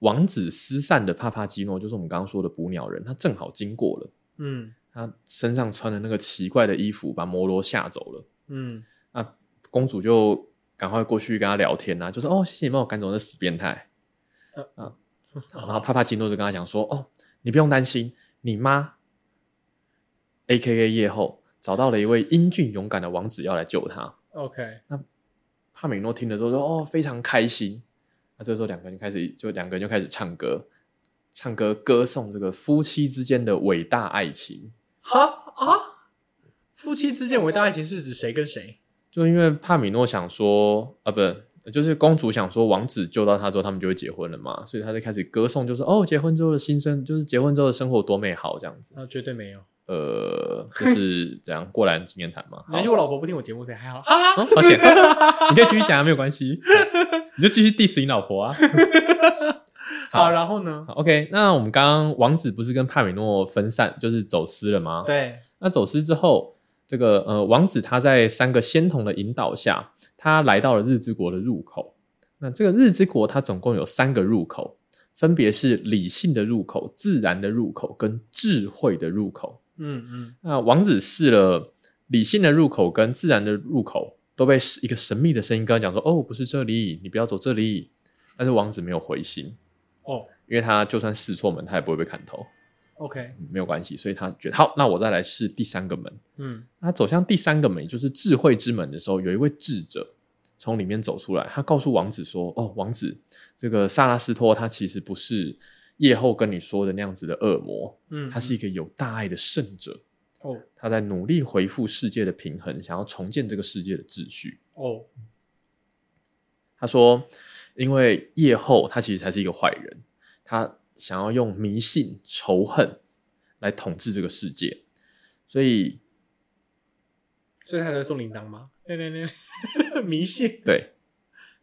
Speaker 1: 王子失散的帕帕基诺，就是我们刚刚说的捕鸟人，他正好经过了。
Speaker 2: 嗯
Speaker 1: 他身上穿的那个奇怪的衣服把摩罗吓走了。
Speaker 2: 嗯，
Speaker 1: 那公主就赶快过去跟他聊天啊，就说：“哦，谢谢你帮我赶走那死变态。
Speaker 2: 呃
Speaker 1: 啊，然后帕帕基诺就跟他讲说：“哦，你不用担心，你妈 A K A 夜后找到了一位英俊勇敢的王子要来救她。
Speaker 2: OK，”
Speaker 1: 帕米诺听了之后说：“哦，非常开心。”那这时候两个人就开始就两个人就开始唱歌，唱歌歌颂这个夫妻之间的伟大爱情。
Speaker 2: 哈啊，夫妻之间伟大爱情是指谁跟谁？
Speaker 1: 就因为帕米诺想说啊，不是，就是公主想说王子救到她之后，他们就会结婚了嘛，所以她就开始歌颂，就是哦，结婚之后的新生，就是结婚之后的生活多美好这样子。
Speaker 2: 啊，绝对没有。
Speaker 1: 呃，就是怎样过来经验谈嘛。好
Speaker 2: 没关系，我老婆不听我节目，所以还好。啊，
Speaker 1: 哦好险， 你可以继续讲啊，没有关系， 你就继续 diss 你老婆啊。好
Speaker 2: 好，然后呢？
Speaker 1: 好 OK，那我们刚刚王子不是跟帕米诺分散，就是走失了吗？
Speaker 2: 对，
Speaker 1: 那走失之后，这个呃王子他在三个仙童的引导下，他来到了日之国的入口。那这个日之国它总共有三个入口，分别是理性的入口、自然的入口跟智慧的入口。
Speaker 2: 嗯嗯，
Speaker 1: 那王子试了理性的入口跟自然的入口，都被一个神秘的声音跟他讲说：“哦，不是这里，你不要走这里。”但是王子没有回心，
Speaker 2: 哦
Speaker 1: 因为他就算试错门，他也不会被砍头，
Speaker 2: ，OK，
Speaker 1: 嗯没有关系，所以他觉得好，那我再来试第三个门。
Speaker 2: 嗯
Speaker 1: 他走向第三个门，也就是智慧之门的时候，有一位智者从里面走出来，他告诉王子说：“哦，王子，这个萨拉斯托他其实不是夜后跟你说的那样子的恶魔，
Speaker 2: 嗯，
Speaker 1: 他是一个有大爱的圣者，
Speaker 2: 哦
Speaker 1: 他在努力恢复世界的平衡，想要重建这个世界的秩序。”
Speaker 2: 哦，
Speaker 1: 他说，因为夜后他其实才是一个坏人，他想要用迷信、仇恨来统治这个世界，所以
Speaker 2: 所以他才会送铃铛吗？对对对， 迷信。
Speaker 1: 对，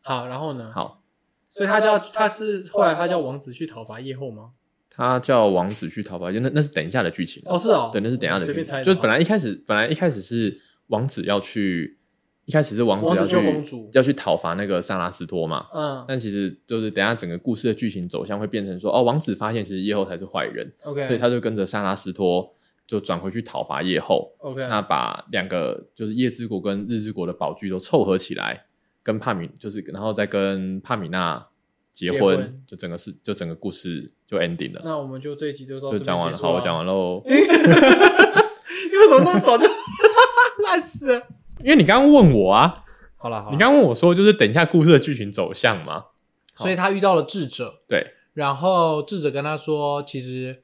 Speaker 2: 好，然后呢？，
Speaker 1: 好。
Speaker 2: 所以他叫他是后来他叫王子去讨伐夜后吗？
Speaker 1: 他叫王子去逃跑，就那那是等一下的剧情啊
Speaker 2: 哦，是哦，
Speaker 1: 对，那是等一下的剧
Speaker 2: 随便
Speaker 1: 情。
Speaker 2: 猜的。啊
Speaker 1: 就是本来一开始，本来一开始是王子要去，一开始是王子要
Speaker 2: 王子
Speaker 1: 去
Speaker 2: 救公主
Speaker 1: 要去讨伐那个萨拉斯托嘛。
Speaker 2: 嗯
Speaker 1: 但其实就是等一下整个故事的剧情走向会变成说，哦，王子发现其实夜后才是坏人，
Speaker 2: ，OK，
Speaker 1: 所以他就跟着萨拉斯托就转回去讨伐夜后，
Speaker 2: OK，
Speaker 1: 那把两个就是夜之国跟日之国的宝具都凑合起来，跟帕米就是然后再跟帕米娜结
Speaker 2: 结
Speaker 1: 婚，
Speaker 2: 婚
Speaker 1: 就整个事就整个故事就 ending 了。
Speaker 2: 那我们就这一集就到
Speaker 1: 就
Speaker 2: 这边
Speaker 1: 讲完了，
Speaker 2: 结束
Speaker 1: 好，我
Speaker 2: 啊
Speaker 1: 讲完喽。
Speaker 2: 你 为什么那么早就 烂死了？
Speaker 1: 因为你刚刚问我啊，
Speaker 2: 好了好
Speaker 1: 你
Speaker 2: 了，
Speaker 1: 刚问我说，就是等一下故事的剧情走向嘛。
Speaker 2: 所以他遇到了智者，
Speaker 1: 对，
Speaker 2: 然后智者跟他说，其实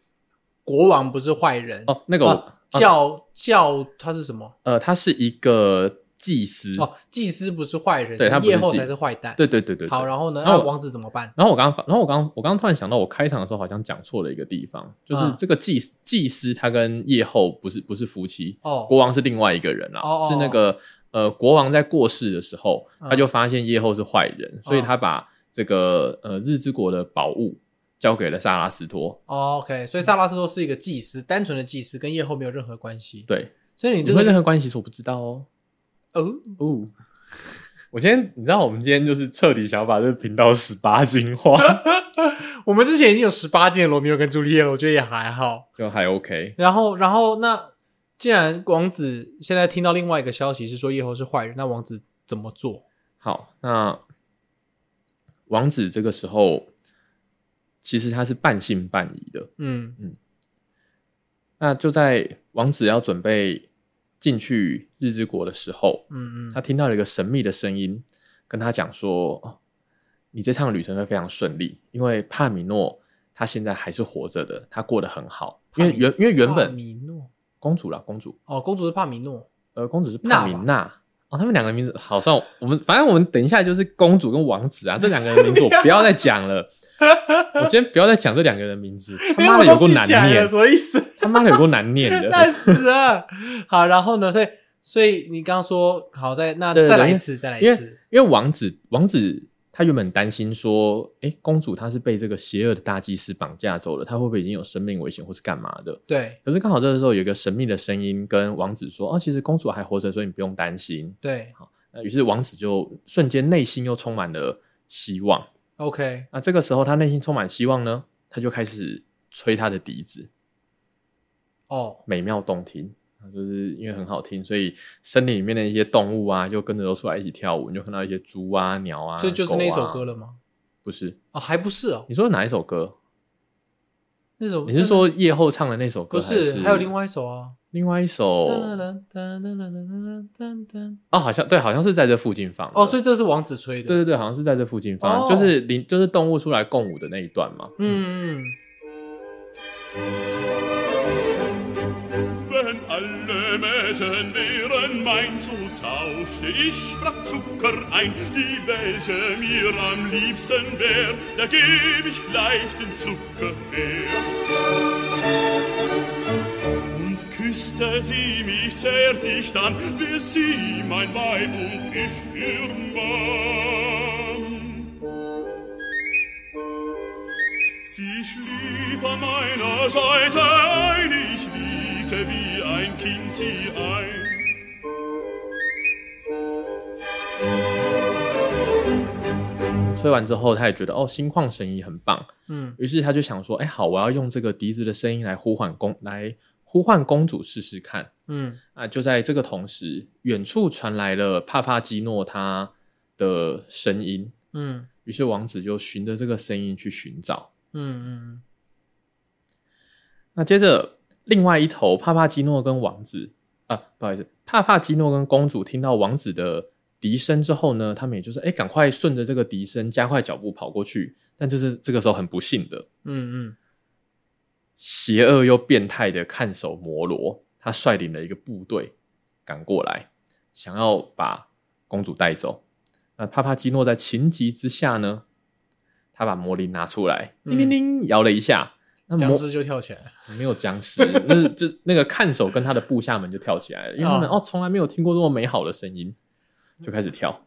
Speaker 2: 国王不是坏人，
Speaker 1: 哦，那个我、
Speaker 2: 啊教教他是什么？
Speaker 1: 呃，他是一个祭司，
Speaker 2: 哦，祭司不是坏人，
Speaker 1: 对他不是
Speaker 2: 夜后
Speaker 1: 祭
Speaker 2: 才是坏蛋。
Speaker 1: 对对对对对。
Speaker 2: 好，然后呢？
Speaker 1: 然后
Speaker 2: 那王子怎么办？
Speaker 1: 然后我刚刚发，然后我刚刚我刚刚突然想到，我开场的时候好像讲错了一个地方，就是
Speaker 2: 嗯
Speaker 1: 这个祭司祭司他跟夜后不是不是夫妻，
Speaker 2: 哦，
Speaker 1: 国王是另外一个人啦，
Speaker 2: 哦哦
Speaker 1: 是那个呃国王在过世的时候，
Speaker 2: 嗯
Speaker 1: 他就发现夜后是坏人，所以他把这个呃日之国的宝物交给了萨拉斯托。
Speaker 2: 哦 OK，所以萨拉斯多是一个祭司，单纯的祭司，跟夜后没有任何关系。
Speaker 1: 对，
Speaker 2: 所以你
Speaker 1: 你
Speaker 2: 这
Speaker 1: 会
Speaker 2: 个
Speaker 1: 任何关系？其实我不知道哦。
Speaker 2: 哦，
Speaker 1: 哦， 我今天你知道，我们今天就是彻底想要把这个频道十八进化，
Speaker 2: 我们之前已经有十八件罗密欧跟朱丽叶了，我觉得也还好。
Speaker 1: 就还 OK。
Speaker 2: 然后，然后那既然王子现在听到另外一个消息是说夜后是坏人，那王子怎么做？
Speaker 1: 好，那王子这个时候其实他是半信半疑的。
Speaker 2: 嗯
Speaker 1: 那就在王子要准备进去日之国的时候，
Speaker 2: 嗯嗯，
Speaker 1: 他听到了一个神秘的声音，跟他讲说：“哦，你这趟旅程会非常顺利，因为帕米诺他现在还是活着的，他过得很好。因为
Speaker 2: 帕米
Speaker 1: 原因为原
Speaker 2: 帕
Speaker 1: 本
Speaker 2: 米诺
Speaker 1: 公主啦，公主
Speaker 2: 哦，公主是帕米诺
Speaker 1: 呃，公主是
Speaker 2: 娜
Speaker 1: 帕米
Speaker 2: 吧
Speaker 1: 娜哦，他们两个名字好像我们反正我们等一下就是公主跟王子啊，这两个人名字我不要再讲了，我今天不要再讲这两个人名 字，他妈的有够难
Speaker 2: 因为我都记起来了
Speaker 1: 念，
Speaker 2: 什么意思？
Speaker 1: 他妈的有够难念 的。
Speaker 2: 烂死了。好，然后呢？所以所以你刚说好再那
Speaker 1: 对对
Speaker 2: 再来
Speaker 1: 因为
Speaker 2: 一次，再来
Speaker 1: 因
Speaker 2: 一
Speaker 1: 为
Speaker 2: 次。
Speaker 1: 因为王子王子他原本担心说，哎、公主她是被这个邪恶的大祭司绑架走了，她会不会已经有生命危险或是干嘛的？
Speaker 2: 对
Speaker 1: 可是刚好这个时候有一个神秘的声音跟王子说，哦，其实公主还活着，所以你不用担心。
Speaker 2: 对
Speaker 1: 那于是王子就瞬间内心又充满了希望。
Speaker 2: ，OK，
Speaker 1: 那这个时候他内心充满希望呢，他就开始吹他的笛子，
Speaker 2: 哦，
Speaker 1: 美妙动听。啊就是因为很好听，所以森林里面的一些动物啊，就跟着都出来一起跳舞。你就看到一些猪啊、鸟啊，
Speaker 2: 这就是那首
Speaker 1: 狗啊
Speaker 2: 歌了吗？
Speaker 1: 不是？
Speaker 2: 哦，还不是哦，
Speaker 1: 你说哪一首歌？
Speaker 2: 那首
Speaker 1: 你是说夜后唱的那首歌？
Speaker 2: 不
Speaker 1: 还
Speaker 2: 是？还有另外一首啊。
Speaker 1: 另外一首哦，
Speaker 2: 噔噔噔噔噔噔噔噔
Speaker 1: 好像对，好像是在这附近放的。
Speaker 2: 哦，所以这是王子吹的。
Speaker 1: 对对对，好像是在这附近放的，
Speaker 2: 哦
Speaker 1: 就是林，就是动物出来共舞的那一段嘛。
Speaker 2: 嗯，嗯，
Speaker 3: Wenn alle Mädchen wären mein, so tauschte ich sprach Zucker ein, die welche mir am liebsten wär, da geb ich gleich den Zucker her. Und küsste sie mich zärtlich dann, bis sie mein Weib und ich ihr Mann. Sie schlief an meiner Seite ein, ich wiegte wie ein Kind sie ein.
Speaker 1: 吹完之后，他也觉得哦，心旷神怡，很棒。
Speaker 2: 嗯
Speaker 1: 于是他就想说，哎、好，我要用这个笛子的声音来呼唤公，来呼唤公主试试看。
Speaker 2: 嗯
Speaker 1: 啊，就在这个同时，远处传来了帕帕基诺他的声音。
Speaker 2: 嗯
Speaker 1: 于是王子就循着这个声音去寻找。
Speaker 2: 嗯嗯
Speaker 1: 那接着，另外一头帕帕基诺跟王子啊，不好意思，帕帕基诺跟公主听到王子的笛声之后呢，他们也就是哎，赶快顺着这个笛声加快脚步跑过去。但就是这个时候很不幸的，
Speaker 2: 嗯嗯
Speaker 1: 邪恶又变态的看守摩罗，他率领了一个部队赶过来，想要把公主带走。那帕帕基诺在情急之下呢，他把魔铃拿出来，
Speaker 2: 嗯
Speaker 1: 叮铃铃摇了一下，那
Speaker 2: 嗯，
Speaker 1: 魔
Speaker 2: 僵尸就跳起来了。
Speaker 1: 没有僵尸， 那是就那个看守跟他的部下们就跳起来了，因为他们
Speaker 2: 哦
Speaker 1: 哦从来没有听过这么美好的声音，就开始跳，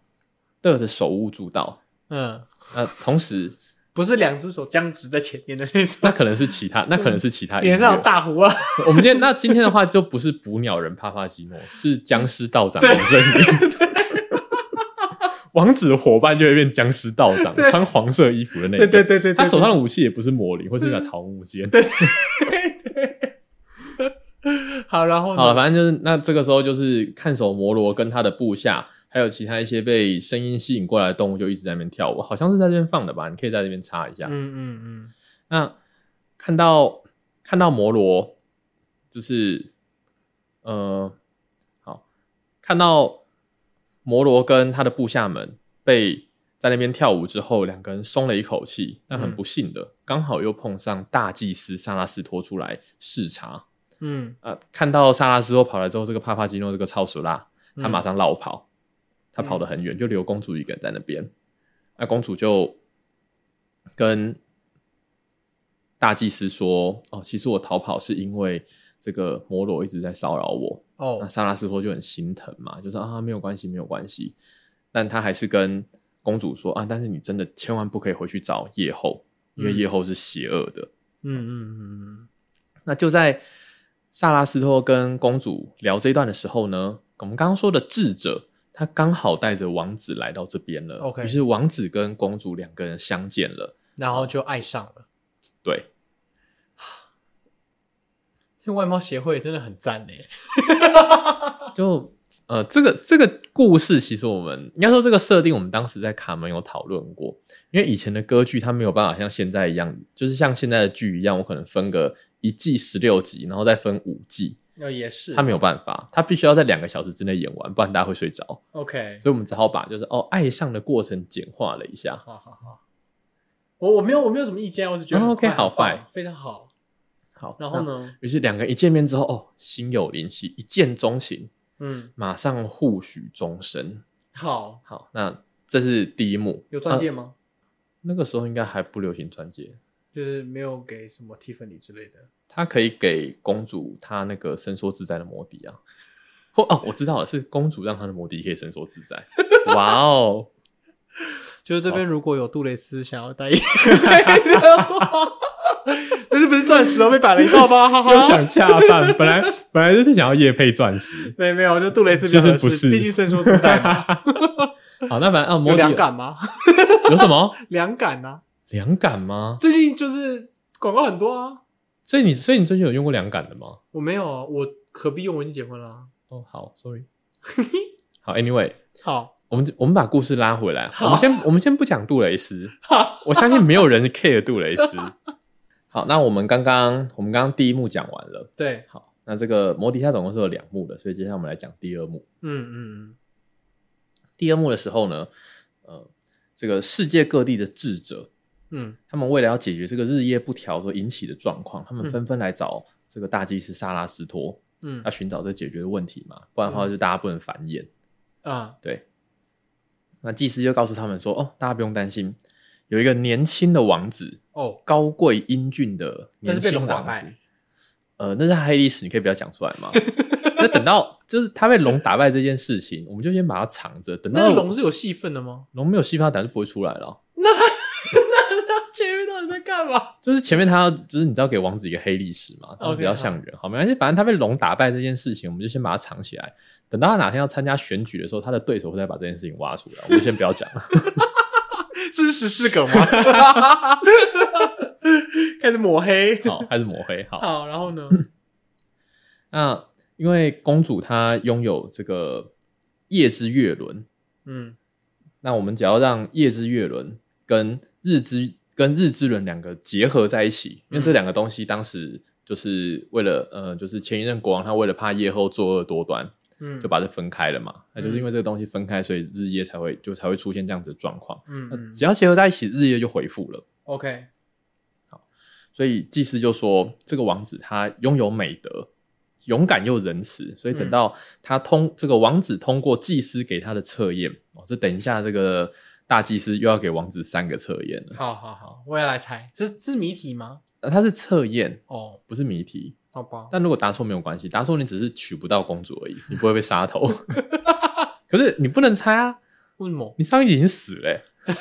Speaker 1: 乐得手舞足蹈。
Speaker 2: 嗯，
Speaker 1: 呃，同时
Speaker 2: 不是两只手僵直在前面的 那种，
Speaker 1: 那可能是其他，那可能是其他音乐
Speaker 2: 脸上有大胡啊。
Speaker 1: 我们今天那今天的话就不是捕鸟人帕帕基诺，是僵尸道长林正 英。王子的伙伴就会变僵尸道长，穿黄色衣服的那个。
Speaker 2: 对对对对对
Speaker 1: 他手上的武器也不是魔灵，会是一把桃木剑。
Speaker 2: 好，然后呢
Speaker 1: 好了，反正就是那这个时候就是看守摩罗跟他的部下，还有其他一些被声音吸引过来的动物，就一直在那边跳舞，好像是在这边放的吧？你可以在这边插一下。
Speaker 2: 嗯嗯嗯，
Speaker 1: 那看到看到摩罗，就是呃，好，看到摩罗跟他的部下们被在那边跳舞之后，两个人松了一口气。但很
Speaker 2: 嗯
Speaker 1: 不幸的，刚好又碰上大祭司萨拉斯托出来视察。
Speaker 2: 嗯，
Speaker 1: 啊、看到萨拉斯托跑来之后，这个帕帕基诺这个超熟拉，
Speaker 2: 嗯
Speaker 1: 他马上绕跑，他跑得很远，就留公主一个人在那边。那公主就跟大祭司说：“哦，其实我逃跑是因为这个摩罗一直在骚扰我。”那
Speaker 2: 哦，
Speaker 1: 萨拉斯托就很心疼嘛，就说：“啊，没有关系，没有关系。”但他还是跟公主说：“啊，但是你真的千万不可以回去找夜后，因为
Speaker 2: 嗯
Speaker 1: 夜后是邪恶的。
Speaker 2: 嗯嗯嗯
Speaker 1: 那就在萨拉斯托跟公主聊这一段的时候呢，我们刚刚说的智者，他刚好带着王子来到这边了。
Speaker 2: OK
Speaker 1: 于是王子跟公主两个人相见了。
Speaker 2: 嗯，然后就爱上了。
Speaker 1: 对，
Speaker 2: 这外貌协会真的很赞呢。
Speaker 1: 就呃，这个这个故事，其实我们应该说这个设定，我们当时在卡门有讨论过，因为以前的歌剧它没有办法像现在一样，就是像现在的剧一样，我可能分个一季十六集，然后再分五季，
Speaker 2: 那哦也是，
Speaker 1: 它没有办法，它必须要在两个小时之内演完，不然大家会睡着。
Speaker 2: OK，
Speaker 1: 所以我们只好把就是哦爱上的过程简化了一下。
Speaker 2: 好好好，我我没有我没有什么意见，我只是觉
Speaker 1: 哦
Speaker 2: 得很
Speaker 1: ，OK，
Speaker 2: 快
Speaker 1: 好
Speaker 2: 很棒
Speaker 1: fine
Speaker 2: 非常好。
Speaker 1: 好，
Speaker 2: 然后
Speaker 1: 那？
Speaker 2: 呢？
Speaker 1: 于是两个人一见面之后，哦，心有灵犀，一见钟情。
Speaker 2: 嗯，
Speaker 1: 马上互许终身。
Speaker 2: 好，
Speaker 1: 好，那这是第一幕。
Speaker 2: 有钻戒
Speaker 1: 啊
Speaker 2: 吗？
Speaker 1: 那个时候应该还不流行钻戒，
Speaker 2: 就是没有给什么 Tiffany 之类的。
Speaker 1: 它可以给公主她那个伸缩自在的魔笛啊。 或哦，我知道了，是公主让她的魔笛可以伸缩 自在。哇哦，
Speaker 2: 就是这边如果有杜蕾斯想要 代言的话，这是不是钻石哦？被摆了一道吧，哈
Speaker 1: 又
Speaker 2: 哈。
Speaker 1: 想恰饭，本来本来就是想要夜配钻 石。
Speaker 2: 对，没有，就杜蕾斯
Speaker 1: 其
Speaker 2: 比较
Speaker 1: 实
Speaker 2: 合
Speaker 1: 不
Speaker 2: 适，
Speaker 1: 是
Speaker 2: 毕竟伸缩自在 嘛。
Speaker 1: 好，那反正啊，魔笛
Speaker 2: 有凉感吗？
Speaker 1: 有什么
Speaker 2: 凉感啊，
Speaker 1: 凉感吗？
Speaker 2: 最近就是广告很多啊。
Speaker 1: 所以你所以你最近有用过凉感的吗？
Speaker 2: 我没有啊，我何必用？我已经结婚了啊。
Speaker 1: 哦，好，sorry。好，anyway，
Speaker 2: 好，
Speaker 1: 我们我们把故事拉回来，
Speaker 2: 好
Speaker 1: 我们先我们先不讲杜蕾斯
Speaker 2: 好，
Speaker 1: 我相信没有人 care 杜蕾 斯。好，那我们刚刚我们刚刚第一幕讲完了，
Speaker 2: 对，
Speaker 1: 好，那这个摩迪它总共是有两幕的，所以接下来我们来讲第二幕。
Speaker 2: 嗯嗯
Speaker 1: 第二幕的时候呢，呃，这个世界各地的智者，
Speaker 2: 嗯
Speaker 1: 他们为了要解决这个日夜不调所引起的状况，他们
Speaker 2: 嗯
Speaker 1: 纷纷来找这个大祭司萨拉斯托，
Speaker 2: 嗯
Speaker 1: 要寻找这解决的问题嘛，不然的话就大家不能繁衍。
Speaker 2: 嗯啊，
Speaker 1: 对，那祭司就告诉他们说：“哦，大家不用担心，有一个年轻的王子，
Speaker 2: 哦，
Speaker 1: 高贵英俊的年轻
Speaker 2: 但是被龙打
Speaker 1: 王子
Speaker 2: 败。
Speaker 1: 呃，那是黑历史，你可以不要讲出来吗？那等到就是他被龙打败这件事情，我们就先把它藏着。等
Speaker 2: 那
Speaker 1: 到
Speaker 2: 个龙是有戏份的吗？
Speaker 1: 龙没有戏份，他胆是不会出来了。
Speaker 2: 那前面到底在干嘛？
Speaker 1: 就是前面他要就是你知道给王子一个黑历史嘛，他
Speaker 2: OK，
Speaker 1: 比较像人，好，没关系，反正他被龙打败这件事情，我们就先把它藏起来。等到他哪天要参加选举的时候，他的对手会再把这件事情挖出来，我们就先不要讲。了。
Speaker 2: 这是时事梗吗？ 开始抹黑。
Speaker 1: 好，还是哦抹黑好。
Speaker 2: 好，然 后呢？
Speaker 1: 那因为公主她拥有这个夜之月轮，
Speaker 2: 嗯
Speaker 1: 那我们只要让夜之月轮跟日之跟日之轮两个结合在一起，因为这两个东西当时就是为了呃，就是前一任国王他为了怕夜后作恶多端，
Speaker 2: 嗯，
Speaker 1: 就？把这分开了嘛。那就是因为这个东西分开，所以日夜才会就才会出现这样子的状况。
Speaker 2: 嗯
Speaker 1: 那
Speaker 2: 嗯
Speaker 1: 只要结合在一起，日夜就回复了。
Speaker 2: ，OK，
Speaker 1: 所以祭司就说，这个王子他拥有美德，勇敢又仁慈，所以
Speaker 2: 嗯
Speaker 1: 等到他通、这个王子通过祭司给他的测验，哦，这等一下这个大祭司又要给王子三个测验了。
Speaker 2: 好好好，我也来猜，这是谜题吗？
Speaker 1: 呃他是测验，
Speaker 2: 哦，
Speaker 1: 不是谜题。
Speaker 2: 好吧，
Speaker 1: 但如果答错没有关系，答错你只是娶不到公主而已，你不会被杀头。 可是你不能猜啊，
Speaker 2: 为什么？
Speaker 1: 你上一集已经死了欸、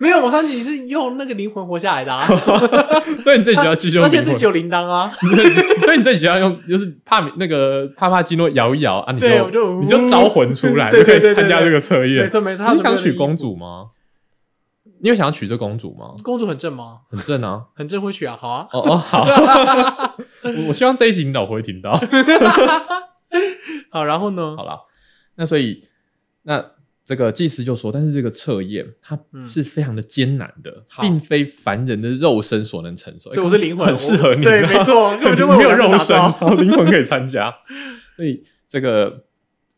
Speaker 2: 没有，我上集是用那个灵魂活下来 的啊，
Speaker 1: 欸所以你这局要继续用
Speaker 2: 而
Speaker 1: 灵
Speaker 2: 且
Speaker 1: 魂
Speaker 2: 这集有铃铛啊，
Speaker 1: 所以你这学校用就是帕米那个帕帕基诺摇一摇啊，你
Speaker 2: 对我
Speaker 1: 就
Speaker 2: 就
Speaker 1: 你就招魂出来，
Speaker 2: 对
Speaker 1: 就可
Speaker 2: 对
Speaker 1: 以
Speaker 2: 对
Speaker 1: 参加
Speaker 2: 对
Speaker 1: 这个测
Speaker 2: 没
Speaker 1: 验。
Speaker 2: 错没错。它
Speaker 1: 你
Speaker 2: 是不
Speaker 1: 想
Speaker 2: 是
Speaker 1: 娶
Speaker 2: 有那个
Speaker 1: 公
Speaker 2: 衣服？
Speaker 1: 主吗？你有想要娶这公主吗？
Speaker 2: 公主很正吗？
Speaker 1: 很正啊！
Speaker 2: 很正会娶啊，好啊。
Speaker 1: 哦哦， 好，我我希望这一集你老婆会听到。
Speaker 2: 好，然后呢
Speaker 1: 好？啦，那所以那这个祭司就说，但是这个测验它
Speaker 2: 嗯
Speaker 1: 是非常的艰难的，
Speaker 2: 好
Speaker 1: 并非凡人的肉身所能承受。
Speaker 2: 所以我是灵魂，
Speaker 1: 很适合你，啊
Speaker 2: 我对，没错，根本就为
Speaker 1: 没有
Speaker 2: 我量
Speaker 1: 肉
Speaker 2: 身
Speaker 1: 身，
Speaker 2: 打
Speaker 1: 然
Speaker 2: 造
Speaker 1: 后灵魂可以参加。所以这个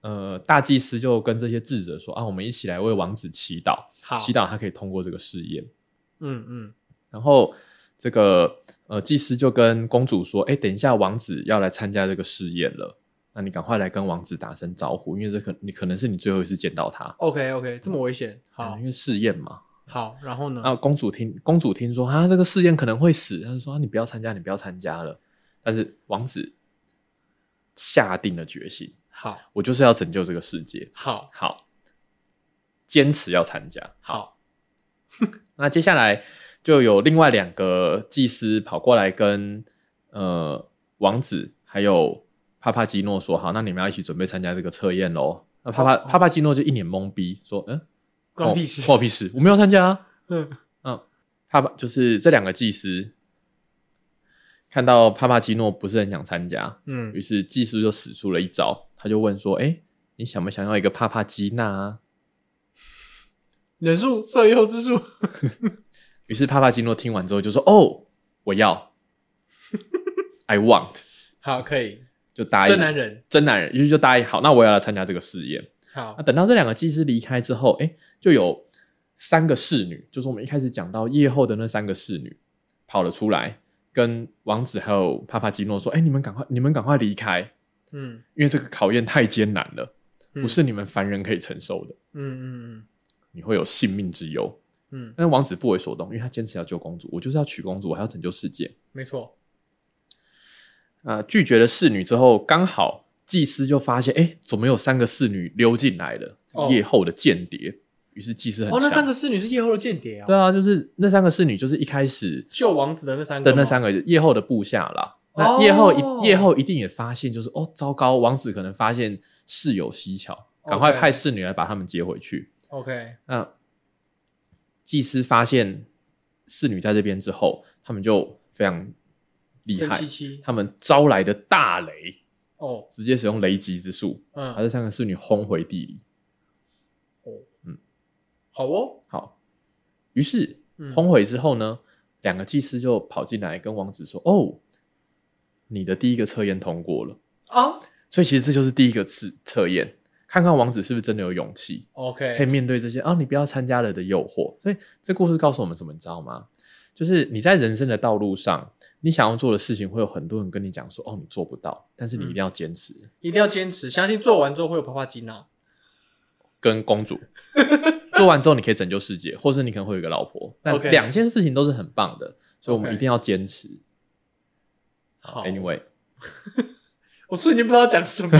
Speaker 1: 呃大祭司就跟这些智者说啊，我们一起来为王子祈祷，
Speaker 2: 好，
Speaker 1: 祈祷他可以通过这个试验。
Speaker 2: 嗯嗯
Speaker 1: 然后这个呃祭司就跟公主说，哎，等一下王子要来参加这个试验了。那你赶快来跟王子打声招呼，因为这可你可能是你最后一次见到他，嗯
Speaker 2: ，OK OK，这么危险，好
Speaker 1: 因为试验嘛。
Speaker 2: 好，然后呢？
Speaker 1: 啊，公主听公主听说啊，这个试验可能会死，她就说、啊、你不要参加，你不要参加了。但是王子下定了决心，
Speaker 2: 好
Speaker 1: 我就是要拯救这个世界。
Speaker 2: 好
Speaker 1: 好，坚持要参加。
Speaker 2: 好，
Speaker 1: 那接下来就有另外两个祭司跑过来跟呃王子还有帕帕基诺说：“好，那你们要一起准备参加这个测验喽。”那帕帕、
Speaker 2: 哦
Speaker 1: 帕帕基诺就一脸懵逼，说：“嗯，
Speaker 2: 关我屁
Speaker 1: 哦
Speaker 2: 事
Speaker 1: 关。我屁事，我没有参加、啊。”
Speaker 2: 嗯
Speaker 1: 帕帕就是这两个祭司看到帕帕基诺不是很想参加，于
Speaker 2: 嗯，
Speaker 1: 是祭司就使出了一招，他就问说：“哎、你想不想要一个帕帕基纳、啊
Speaker 2: 忍术色诱之术，？”
Speaker 1: 于是帕帕基诺听完之后就说：“哦，我 要，I want。
Speaker 2: 好，可以，”
Speaker 1: 就答应
Speaker 2: 真男人，
Speaker 1: 真男人，于是就答应好，那我也要来参加这个试验。
Speaker 2: 好
Speaker 1: 那，等到这两个祭司离开之后，哎、就有三个侍女，就是我们一开始讲到夜后的那三个侍女跑了出来，跟王子还有帕帕基诺说：“哎、你们赶快，你们赶快离开！
Speaker 2: 嗯
Speaker 1: 因为这个考验太艰难了，
Speaker 2: 嗯
Speaker 1: 不是你们凡人可以承受的，
Speaker 2: 嗯嗯
Speaker 1: 你会有性命之忧。
Speaker 2: 嗯嗯，
Speaker 1: 但是王子不为所动，因为他坚持要救公主，我就是要娶公主，我还要拯救世界。
Speaker 2: 没错，
Speaker 1: 啊，拒绝了侍女之后，刚好祭司就发现，哎、怎么有三个侍女溜进来了？
Speaker 2: 哦
Speaker 1: 夜后的间谍。于是祭司很
Speaker 2: 哦，那
Speaker 1: 强
Speaker 2: 三个侍女是夜后的间谍啊，
Speaker 1: 对啊，就是那三个侍女，就是一开始
Speaker 2: 救王子的那三个
Speaker 1: 的
Speaker 2: 吗，
Speaker 1: 那三个夜后的部下啦。
Speaker 2: 哦
Speaker 1: 那夜后一夜后一定也发现，就是哦，糟糕，王子可能发现事有蹊跷，赶快
Speaker 2: OK
Speaker 1: 派侍女来把他们接回去。
Speaker 2: ，OK，
Speaker 1: 那祭司发现侍女在这边之后，他们就非常厉
Speaker 2: 生
Speaker 1: 害
Speaker 2: 七，七，
Speaker 1: 他们招来的大雷，
Speaker 2: 哦，
Speaker 1: 直接使用雷击之术，把
Speaker 2: 嗯，
Speaker 1: 这三个侍女轰回地里。
Speaker 2: 好哦，
Speaker 1: 好，于是
Speaker 2: 嗯
Speaker 1: 轰回之后呢，两个祭司就跑进来跟王子说：“哦，你的第一个测验通过了。
Speaker 2: 啊”
Speaker 1: 所以其实这就是第一个测测验，看看王子是不是真的有勇气，可以
Speaker 2: ，OK，
Speaker 1: 面对这些啊，你不要参加了的诱惑。所以这故事告诉我们什么，你知道吗？就是你在人生的道路上，你想要做的事情，会有很多人跟你讲说：“哦，你做不到。”但是你一定要坚持，
Speaker 2: 一定要坚持，相信做完之后会有啪啪吉娜，
Speaker 1: 跟公 主。做完之后，你可以拯救世界，或是你可能会有一个老婆。但
Speaker 2: OK
Speaker 1: 两件事情都是很棒的，所以我们
Speaker 2: OK
Speaker 1: 一定要坚持。
Speaker 2: 好哎
Speaker 1: Anyway，
Speaker 2: 我瞬间不知道讲 什么，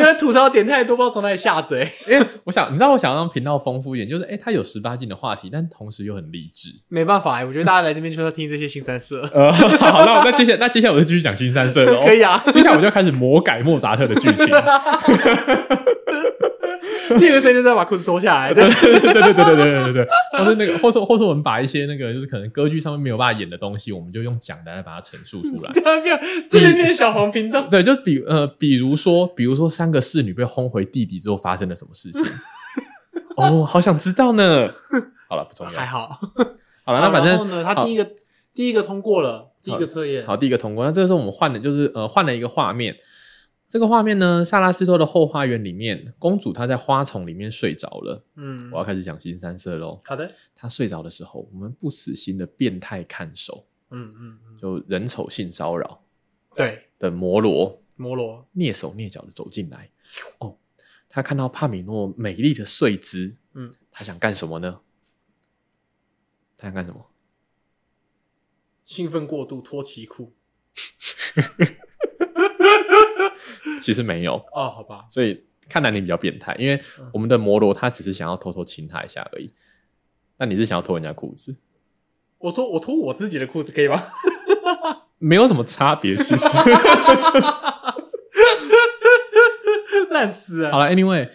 Speaker 2: 因为吐槽点太多，不知道从哪里下嘴。
Speaker 1: 因为我想，你知道，我想让频道丰富一点，就是哎、诶它有十八禁的话题，但同时又很励 志。
Speaker 2: 没办法、哎我觉得大家来这边就是要听这些新三 色，
Speaker 1: 呃，好，那我那接下来那接下来我就继续讲新三色了、哦。
Speaker 2: 哦 可以啊。
Speaker 1: 接下来我就开始魔改莫扎特的 剧情。
Speaker 2: 第二个声音就是要把裤子脱下来，
Speaker 1: 对对对对对对对对对，或是那个，或是或是我们把一些那个就是可能歌剧上面没有办法演的东西，我们就用讲的来把它陈述出来。
Speaker 2: 这样变这边变小红频道。
Speaker 1: 对，就比呃，比如说，比如说三个侍女被轰回地底之后发生了什么事 情？哦，好想知道呢。好了，不重要
Speaker 2: 还。好，
Speaker 1: 好了，那反
Speaker 2: 然后
Speaker 1: 正
Speaker 2: 呢，他
Speaker 1: 好
Speaker 2: 第一个第一个通过了，第一个测验，
Speaker 1: 好，第一个通过。那这个时候我们换的就是呃，换了一个画面。这个画面呢，萨拉斯多的后花园里面，公主她在花丛里面睡着了。
Speaker 2: 嗯
Speaker 1: 我，要开始讲新三色喽。
Speaker 2: 好的，
Speaker 1: 她睡着的时候，我们不死心的变态看守，
Speaker 2: 嗯嗯嗯，
Speaker 1: 就人丑性骚扰
Speaker 2: 对，
Speaker 1: 的摩罗，
Speaker 2: 摩罗，
Speaker 1: 蹑手蹑脚的走进来。哦，他看到帕米诺美丽的睡姿，
Speaker 2: 嗯，
Speaker 1: 他想干什么呢？他想干什么？
Speaker 2: 兴奋过度脱其裤，
Speaker 1: 其实没有，
Speaker 2: 哦，好吧，
Speaker 1: 所以看来你比较变态，因为我们的摩罗他只是想要偷偷亲他一下而已。那你是想要脱人家裤子，
Speaker 2: 我说我脱我自己的裤子可以吗？
Speaker 1: 没有什么差别。其实，
Speaker 2: 烂死
Speaker 1: 好
Speaker 2: 了，
Speaker 1: 了，anyway，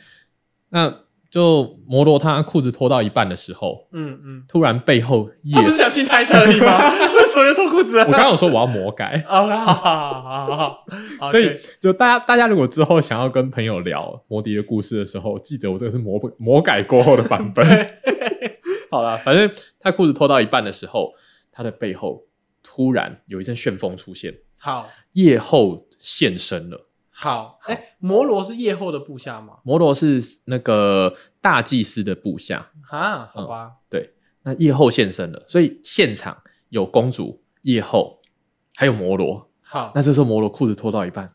Speaker 1: 那就摩罗他裤子脱到一半的时候，
Speaker 2: 嗯嗯，
Speaker 1: 突然背后夜
Speaker 2: 他不，是 想亲他一下而已 吗？为什么要脱裤子啊？
Speaker 1: 我刚刚有说我要魔改，
Speaker 2: 啊， 好好好好好好，
Speaker 1: 所以
Speaker 2: 对
Speaker 1: 就大家大家如果之后想要跟朋友聊摩迪的故事的时候，记得我这个是魔魔改过后的版 本。好啦，反正他裤子脱到一半的时候，他的背后突然有一阵旋风出现，
Speaker 2: 好
Speaker 1: 夜后现身了。
Speaker 2: 好，哎，摩罗是夜后的部下吗？
Speaker 1: 摩罗是那个大祭司的部下，
Speaker 2: 啊，好
Speaker 1: 嗯
Speaker 2: 吧，
Speaker 1: 那夜后现身了，所以现场有公主、夜后，还有摩罗。
Speaker 2: 好，
Speaker 1: 那这时候摩罗裤子脱到一半，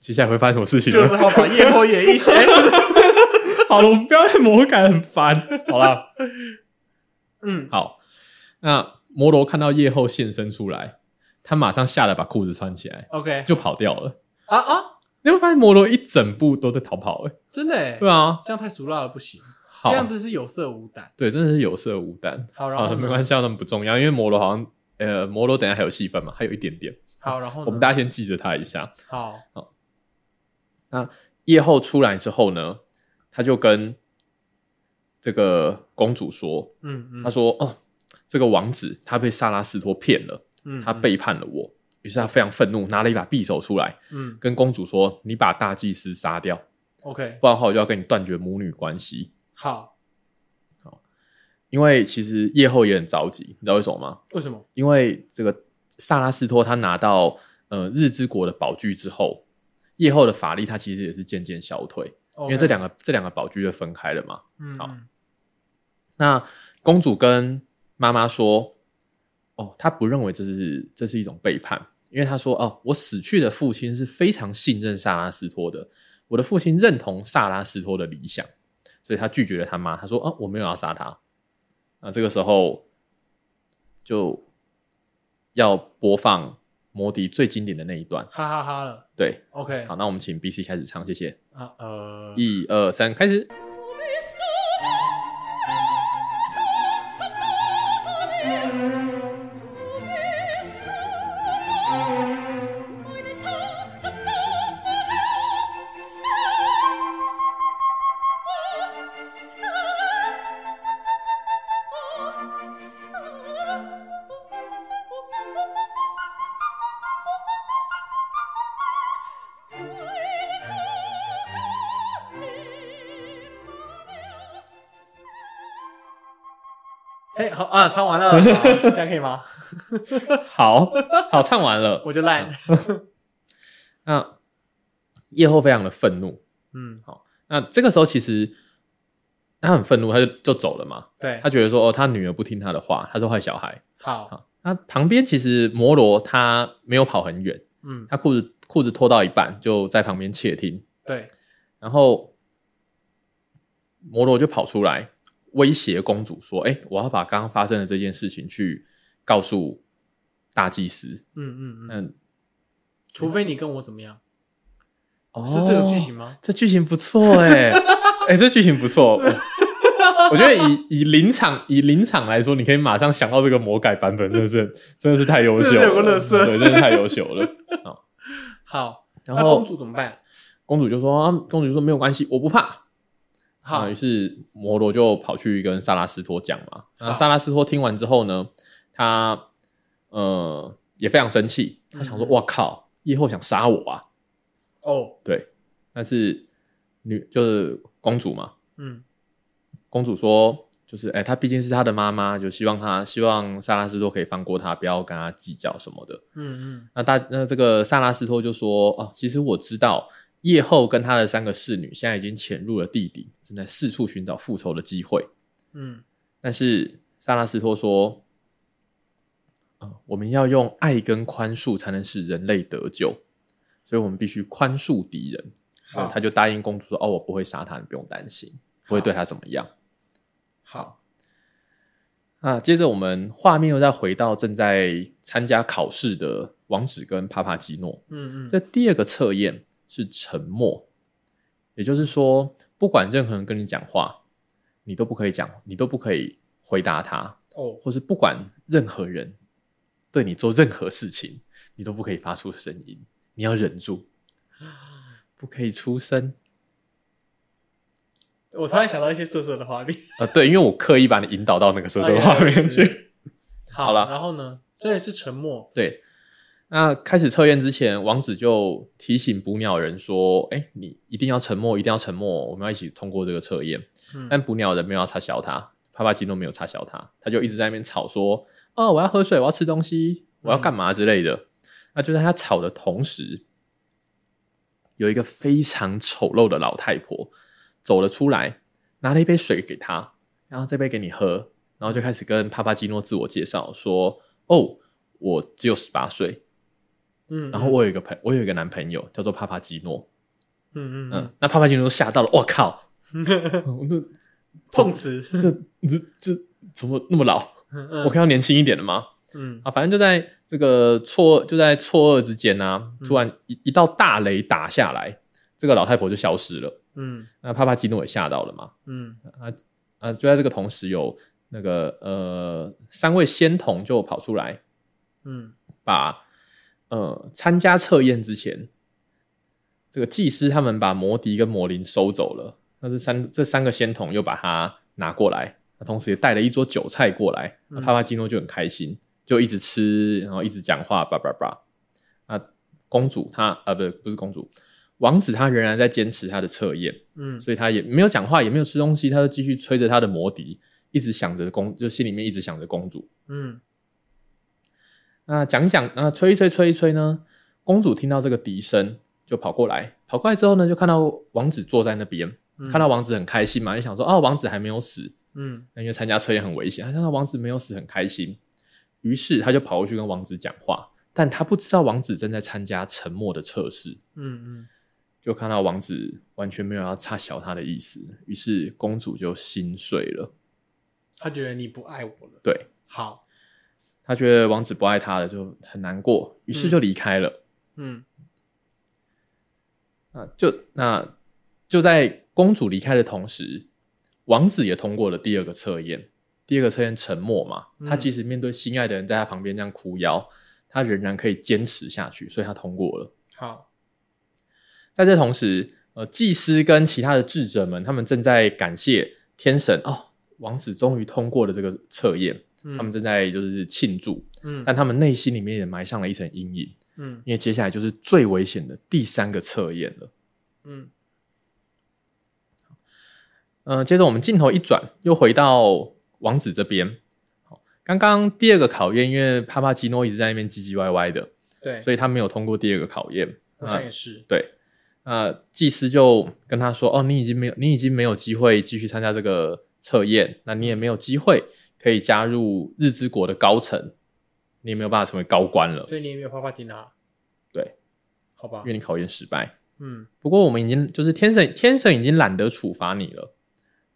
Speaker 1: 接下来会发生什么事情呢？
Speaker 2: 就是要把夜后也一起，哎不是
Speaker 1: 好了，我们不要再魔改，很烦。好啦。
Speaker 2: 嗯，
Speaker 1: 好，那摩罗看到夜后现身出来，他马上吓得把裤子穿起来，
Speaker 2: OK，
Speaker 1: 就跑掉了。
Speaker 2: 啊啊，
Speaker 1: 你会发现摩罗一整部都在逃跑、欸，
Speaker 2: 真的哎，
Speaker 1: 对啊，
Speaker 2: 这样太俗辣了，不行，
Speaker 1: 好，
Speaker 2: 这样子是有色无胆。
Speaker 1: 对，真的是有色无胆。
Speaker 2: 好，然
Speaker 1: 好
Speaker 2: 后
Speaker 1: 了，没
Speaker 2: 系，
Speaker 1: 关系，那么不重要，因为摩罗好像，呃，摩罗等一下还有戏份嘛，还有一点点，
Speaker 2: 好，然后呢
Speaker 1: 我们大家先记着他一下。
Speaker 2: 好，
Speaker 1: 夜后出来之后呢，他就跟这个公主说，
Speaker 2: 嗯嗯，
Speaker 1: 他说：“哦，这个王子他被萨拉斯托骗了，
Speaker 2: 嗯
Speaker 1: 他，背叛了我。”于是他非常愤怒，拿了一把匕首出来，
Speaker 2: 嗯嗯
Speaker 1: 跟公主说：“你把大祭司杀掉，
Speaker 2: ，OK，
Speaker 1: 不然的话我就要跟你断绝母女关系。
Speaker 2: 好，”
Speaker 1: 因为其实夜后也很着急，你知道为什么吗？
Speaker 2: 为什么？
Speaker 1: 因为这个萨拉斯托他拿到呃日之国的宝具之后，夜后的法力他其实也是渐渐消退，因为这两
Speaker 2: 个，
Speaker 1: 个这两个宝具就分开了嘛。
Speaker 2: 嗯，
Speaker 1: 好
Speaker 2: 嗯
Speaker 1: 那公主跟妈妈说：“哦，她不认为这是这是一种背叛，因为他说：“哦，我死去的父亲是非常信任萨拉斯托的，我的父亲认同萨拉斯托的理想，所以他拒绝了他妈。他说：‘哦，我没有要杀他。’那这个时候就要播放摩笛最经典的那一段。
Speaker 2: 哈哈哈了。
Speaker 1: 对，
Speaker 2: OK，
Speaker 1: 好，那我们请 B C 开始唱，谢谢。
Speaker 2: 啊呃，
Speaker 1: 一二三，开始。
Speaker 2: 哎，好啊，唱完 了，好这样可以吗？
Speaker 1: 好好，唱完了。
Speaker 2: 我就烂，
Speaker 1: 那叶后非常的愤怒。
Speaker 2: 嗯，
Speaker 1: 那这个时候其实他很愤怒，他就就走了嘛。
Speaker 2: 对
Speaker 1: 他，觉得说，哦，他女儿不听他的话，他是坏小孩。
Speaker 2: 好，
Speaker 1: 好，那旁边其实摩罗他没有跑很远，
Speaker 2: 嗯，
Speaker 1: 他裤子裤子脱到一半就在旁边窃听，
Speaker 2: 对，
Speaker 1: 然后摩罗就跑出来威胁公主说：“哎、我要把刚刚发生的这件事情去告诉大祭司。
Speaker 2: 嗯嗯嗯，
Speaker 1: 嗯，
Speaker 2: 除非你跟我怎么样，
Speaker 1: 哦
Speaker 2: 是这个剧情吗？
Speaker 1: 这剧情不错哎、 哎、这剧情不错。我我觉得以以临场以临场来说，你可以马上想到这个魔改版本，真的是真的是太优秀
Speaker 2: 真的有个
Speaker 1: 了，
Speaker 2: 垃圾
Speaker 1: 对，真的太优秀 了。
Speaker 2: 好，
Speaker 1: 然
Speaker 2: 那
Speaker 1: 后
Speaker 2: 公主怎么办？
Speaker 1: 公主就说：“啊公主就说没有关系，我不怕。”
Speaker 2: 好
Speaker 1: 啊于，是摩罗就跑去跟萨拉斯托讲嘛。那
Speaker 2: 好
Speaker 1: 萨拉斯托听完之后呢，他呃也非常生气，他想说：“
Speaker 2: 嗯
Speaker 1: 哇靠，夜后想杀我啊
Speaker 2: 哦，！”
Speaker 1: 但是女就是公主嘛，
Speaker 2: 嗯，
Speaker 1: 公主说，就是哎、她毕竟是她的妈妈，就希望她希望萨拉斯托可以放过她，不要跟她计较什么的。
Speaker 2: 嗯
Speaker 1: 那大那这个萨拉斯托就说，哦，其实我知道夜后跟她的三个侍女现在已经潜入了地底，正在四处寻找复仇的机会。
Speaker 2: 嗯嗯，
Speaker 1: 但是萨拉斯托说，呃，我们要用爱跟宽恕才能使人类得救，所以我们必须宽恕敌人。
Speaker 2: 好
Speaker 1: 呃他就答应公主说，哦，我不会杀她，你不用担心，不会对她怎么样。
Speaker 2: 好，
Speaker 1: 啊，接着我们画面又再回到正在参加考试的王子跟帕帕基诺。
Speaker 2: 嗯嗯，
Speaker 1: 这第二个测验是沉默，也就是说，不管任何人跟你讲话，你都不可以讲，你都不可以回答他，
Speaker 2: 哦，
Speaker 1: 或是不管任何人对你做任何事情，你都不可以发出声音，你要忍住，不可以出声。
Speaker 2: 我突然想到一些色色的画面，
Speaker 1: 啊、对，因为我刻意把你引导到那个色色的画
Speaker 2: 哎
Speaker 1: 面去。 好
Speaker 2: 好
Speaker 1: 了
Speaker 2: 然后呢，这也是沉默，
Speaker 1: 对，那开始测验之前，王子就提醒捕鸟人说：“哎、你一定要沉默，一定要沉默，我们要一起通过这个测验。
Speaker 2: 嗯
Speaker 1: 但捕鸟人没有要插小他，帕帕基诺没有插小他，他就一直在那边吵说：“哦，我要喝水，我要吃东西，我
Speaker 2: 嗯
Speaker 1: 要干嘛之类的。那就在他吵的同时，有一个非常丑陋的老太婆走了出来，拿了一杯水给他，然后这杯给你喝，然后就开始跟帕帕基诺自我介绍说：“哦，我只有十八岁，
Speaker 2: 嗯，
Speaker 1: 然后，我有一个朋，我有一个男朋友叫做帕帕基诺。”
Speaker 2: 嗯嗯
Speaker 1: 嗯
Speaker 2: 嗯，，
Speaker 1: 那帕帕基诺都吓到了，我靠！ 我这
Speaker 2: 碰瓷，
Speaker 1: 这这这怎么那么老？
Speaker 2: 嗯嗯
Speaker 1: 我看到年轻一点的吗？
Speaker 2: 嗯，
Speaker 1: 啊，反正就在这个错就在错愕之间呢、啊，突然一一道大雷打下来，这个老太婆就消失了。
Speaker 2: 嗯
Speaker 1: 那帕帕基诺也吓到了嘛？
Speaker 2: 嗯
Speaker 1: 啊啊！就在这个同时，有那个呃三位仙童就跑出来，
Speaker 2: 嗯，
Speaker 1: 把呃参加测验之前，这个技师他们把魔笛跟魔灵收走了，那这三这三个仙童又把它拿过来，那同时也带了一桌酒菜过来，那
Speaker 2: 嗯
Speaker 1: 帕帕基诺就很开心，就一直吃，然后一直讲话，叭叭叭。那公主她啊，不是不是公主，王子他仍然在坚持他的测验，
Speaker 2: 嗯
Speaker 1: 所以他也没有讲话，也没有吃东西，他就继续吹着他的魔笛，一直想着公，就心里面一直想着公主。
Speaker 2: 嗯
Speaker 1: 那讲一讲，那吹一吹，吹一吹呢，公主听到这个笛声就跑过来，跑过来之后呢，就看到王子坐在那边，
Speaker 2: 嗯，
Speaker 1: 看到，王子很开心嘛，就想说，哦，王子还没有死，
Speaker 2: 嗯
Speaker 1: 那因为参啊加测验很危险，他看到王子没有死很开心，于是他就跑过去跟王子讲话，但他不知道王子正在参加沉默的测试。
Speaker 2: 嗯嗯，
Speaker 1: 就看到王子完全没有要插小他的意思，于是公主就心碎了。
Speaker 2: 他觉得你不爱我了。
Speaker 1: 对
Speaker 2: 好，
Speaker 1: 她觉得王子不爱她了，就很难过，于是就离开了。
Speaker 2: 嗯
Speaker 1: 啊，就那就在公主离开的同时，王子也通过了第二个测验。第二个测验沉默嘛，
Speaker 2: 嗯
Speaker 1: 他即使面对心爱的人在他旁边这样哭摇，他仍然可以坚持下去，所以他通过了。
Speaker 2: 好，
Speaker 1: 在这同时，呃，祭司跟其他的智者们，他们正在感谢天神哦，王子终于通过了这个测验，
Speaker 2: 嗯
Speaker 1: 他们正在就是庆祝，
Speaker 2: 嗯
Speaker 1: 但他们内心里面也埋上了一层阴影，
Speaker 2: 嗯
Speaker 1: 因为接下来就是最危险的第三个测验了。
Speaker 2: 嗯
Speaker 1: 嗯，接着我们镜头一转，又回到王子这边。好，刚刚第二个考验，因为帕帕基诺一直在那边唧唧歪歪的，
Speaker 2: 对，
Speaker 1: 所以他嗯没有通过第二个考验。
Speaker 2: 好像也是。
Speaker 1: 对，呃，祭司就跟他说：“哦，你已经没有，你已经没有机会继续参加这个测验，那你也没有机会可以加入日之国的高层，你也没有办法成为高官了，
Speaker 2: 所以你也没有花花吉拿。
Speaker 1: 对，
Speaker 2: 好吧
Speaker 1: 因为。你考验失败。
Speaker 2: 嗯
Speaker 1: 不过我们已经就是天神，天神已经懒得处罚你了，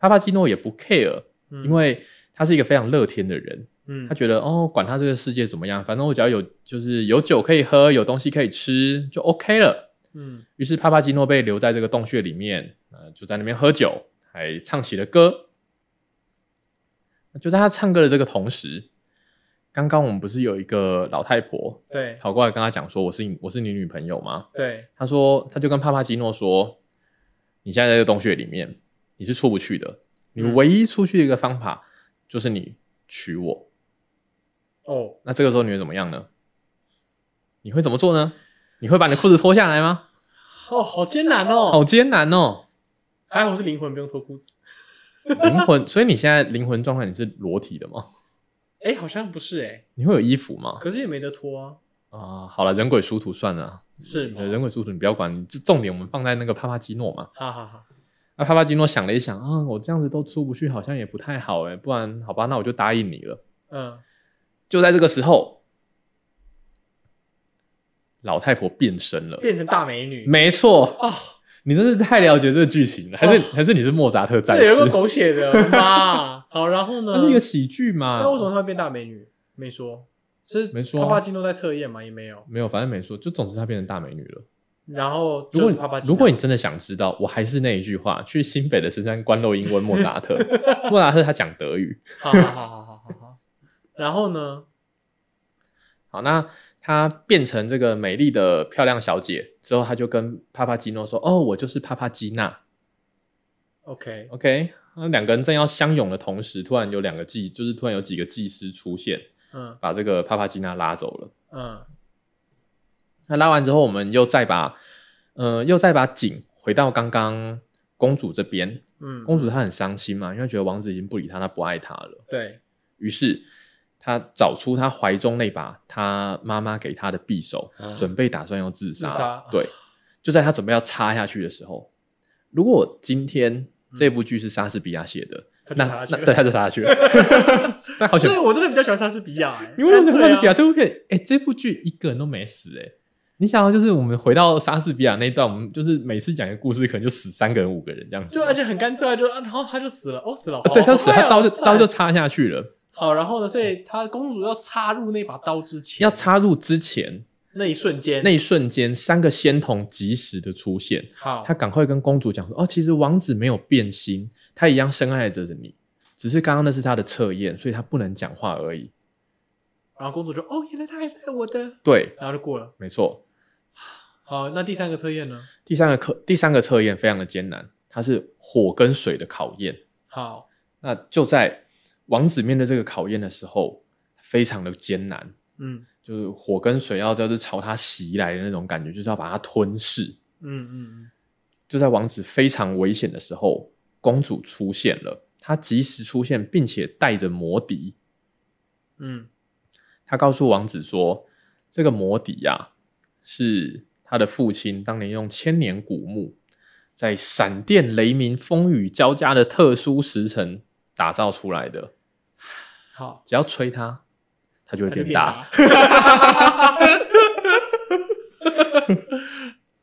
Speaker 1: 帕帕基诺也不 care，
Speaker 2: 嗯，
Speaker 1: 因为他是一个非常乐天的人，
Speaker 2: 嗯
Speaker 1: 他觉得哦，管他这个世界怎么样，反正我只要有就是有酒可以喝，有东西可以吃，就 OK 了。”
Speaker 2: 嗯
Speaker 1: 于是帕帕基诺被留在这个洞穴里面，呃，就在那边喝酒，还唱起了歌。就在他唱歌的这个同时，刚刚我们不是有一个老太婆
Speaker 2: 对
Speaker 1: 跑过来跟他讲说：“我是你，我是你女朋友吗
Speaker 2: 对？”
Speaker 1: 他说：“他就跟帕帕基诺说，你现在在这个洞穴里面，你是出不去的。你
Speaker 2: 嗯
Speaker 1: 唯一出去的一个方法就是你娶我。
Speaker 2: 哦，
Speaker 1: 那这个时候你会怎么样呢？你会怎么做呢？你会把你的裤子脱下来吗？
Speaker 2: 哦，好艰难哦。
Speaker 1: 好艰难哦。”
Speaker 2: 还好我是灵魂，不用脱裤子。
Speaker 1: 灵魂，所以你现在灵魂状态你是裸体的吗？
Speaker 2: 哎，好像不是哎，
Speaker 1: 你会有衣服吗？
Speaker 2: 可是也没得脱啊。
Speaker 1: 啊、好了，人鬼殊途算了啊，
Speaker 2: 是吗
Speaker 1: 对，？人鬼殊途你不要管，这重点我们放在那个帕帕基诺嘛。
Speaker 2: 好好好，
Speaker 1: 那帕帕基诺想了一想，啊，我这样子都出不去，好像也不太好哎，不然好吧，那我就答应你了。
Speaker 2: 嗯，
Speaker 1: 就在这个时候，老太婆变身了。
Speaker 2: 变成大美女。
Speaker 1: 没错，
Speaker 2: 哦，
Speaker 1: 你真是太了解这个剧情了，还是、还是你是莫扎特战
Speaker 2: 这 有个
Speaker 1: 士？
Speaker 2: 狗血的 妈。好，然后呢
Speaker 1: 它？是一个喜剧嘛？
Speaker 2: 那为什么她会变大美女？没说，是
Speaker 1: 没说啊
Speaker 2: 帕帕基诺在测验嘛，也没有。
Speaker 1: 没有，反正没说，就总之她变成大美女了。
Speaker 2: 然后
Speaker 1: 如果
Speaker 2: 就是帕帕基诺
Speaker 1: 如果你真的想知道，我还是那一句话，去新北的深山观落英文莫扎 特，莫扎特他讲德语。
Speaker 2: 好好好好好好好，然后呢？
Speaker 1: 好，那她变成这个美丽的漂亮小姐之后，她就跟帕帕基诺说：“哦，我就是帕帕基娜。
Speaker 2: OK，
Speaker 1: ”OK，那两个人正要相拥的同时，突然有两个技，就是突然有几个技师出现，
Speaker 2: 嗯
Speaker 1: 把这个帕帕基娜拉走了。
Speaker 2: 嗯
Speaker 1: 那拉完之后，我们又再把，呃，又再把景回到刚刚公主这边。
Speaker 2: 嗯，
Speaker 1: 公主她很伤心嘛，因为觉得王子已经不理她，她不爱她了。
Speaker 2: 对，
Speaker 1: 于是她找出她怀中那把她妈妈给她的匕首，
Speaker 2: 啊
Speaker 1: 准备打算要自杀。
Speaker 2: 自杀啊
Speaker 1: 对，就在她准备要插下去的时候，如果今天这部剧是莎士比亚写的，
Speaker 2: 嗯他就
Speaker 1: 那
Speaker 2: 查
Speaker 1: 那
Speaker 2: 下去
Speaker 1: 对
Speaker 2: 了。
Speaker 1: 她就插下去 了。但好险
Speaker 2: 所以，，我真的比较喜欢莎士比亚、欸，
Speaker 1: 因为莎
Speaker 2: 干脆
Speaker 1: 士
Speaker 2: 啊
Speaker 1: 比亚这部片，哎、这部剧一个人都没死、哎。你想要就是我们回到莎士比亚那一段，我们就是每次讲一个故事，可能就死三个人、五个人这样子。
Speaker 2: 就而且很干脆啊，就啊然后他就死了，哦死了，
Speaker 1: 啊对，
Speaker 2: 好
Speaker 1: 他死，
Speaker 2: 好快
Speaker 1: 他
Speaker 2: 哦
Speaker 1: 刀就
Speaker 2: 好
Speaker 1: 刀就
Speaker 2: 快
Speaker 1: 插下去了。
Speaker 2: 好，然后呢，所以他公主要插入那把刀之前，
Speaker 1: 要插入之前
Speaker 2: 那一瞬间，
Speaker 1: 那一瞬间，三个仙童及时的出现，
Speaker 2: 好，
Speaker 1: 他赶快跟公主讲说：“哦，其实王子没有变心，他一样深爱着你，只是刚刚那是他的测验，所以他不能讲话而已。
Speaker 2: 然后公主就哦，原来他还是爱我的”，
Speaker 1: 对，
Speaker 2: 然后就过了。
Speaker 1: 没错。
Speaker 2: 好，那第三个测验呢？
Speaker 1: 第三个课，第三个测验非常的艰难，它是火跟水的考验。
Speaker 2: 好，
Speaker 1: 那就在王子面对这个考验的时候，非常的艰难，
Speaker 2: 嗯
Speaker 1: 就是火跟水要就是朝他袭来的那种感觉，就是要把它吞噬。
Speaker 2: 嗯嗯
Speaker 1: 就在王子非常危险的时候，公主出现了。她及时出现，并且带着魔笛。
Speaker 2: 嗯
Speaker 1: 她告诉王子说：“这个魔笛呀、是他的父亲当年用千年古木，在闪电、雷鸣、风雨交加的特殊时辰打造出来的。
Speaker 2: 嗯，好，
Speaker 1: 只要吹它，它就会
Speaker 2: 他就
Speaker 1: 变
Speaker 2: 变啊
Speaker 1: 大。
Speaker 2: 大。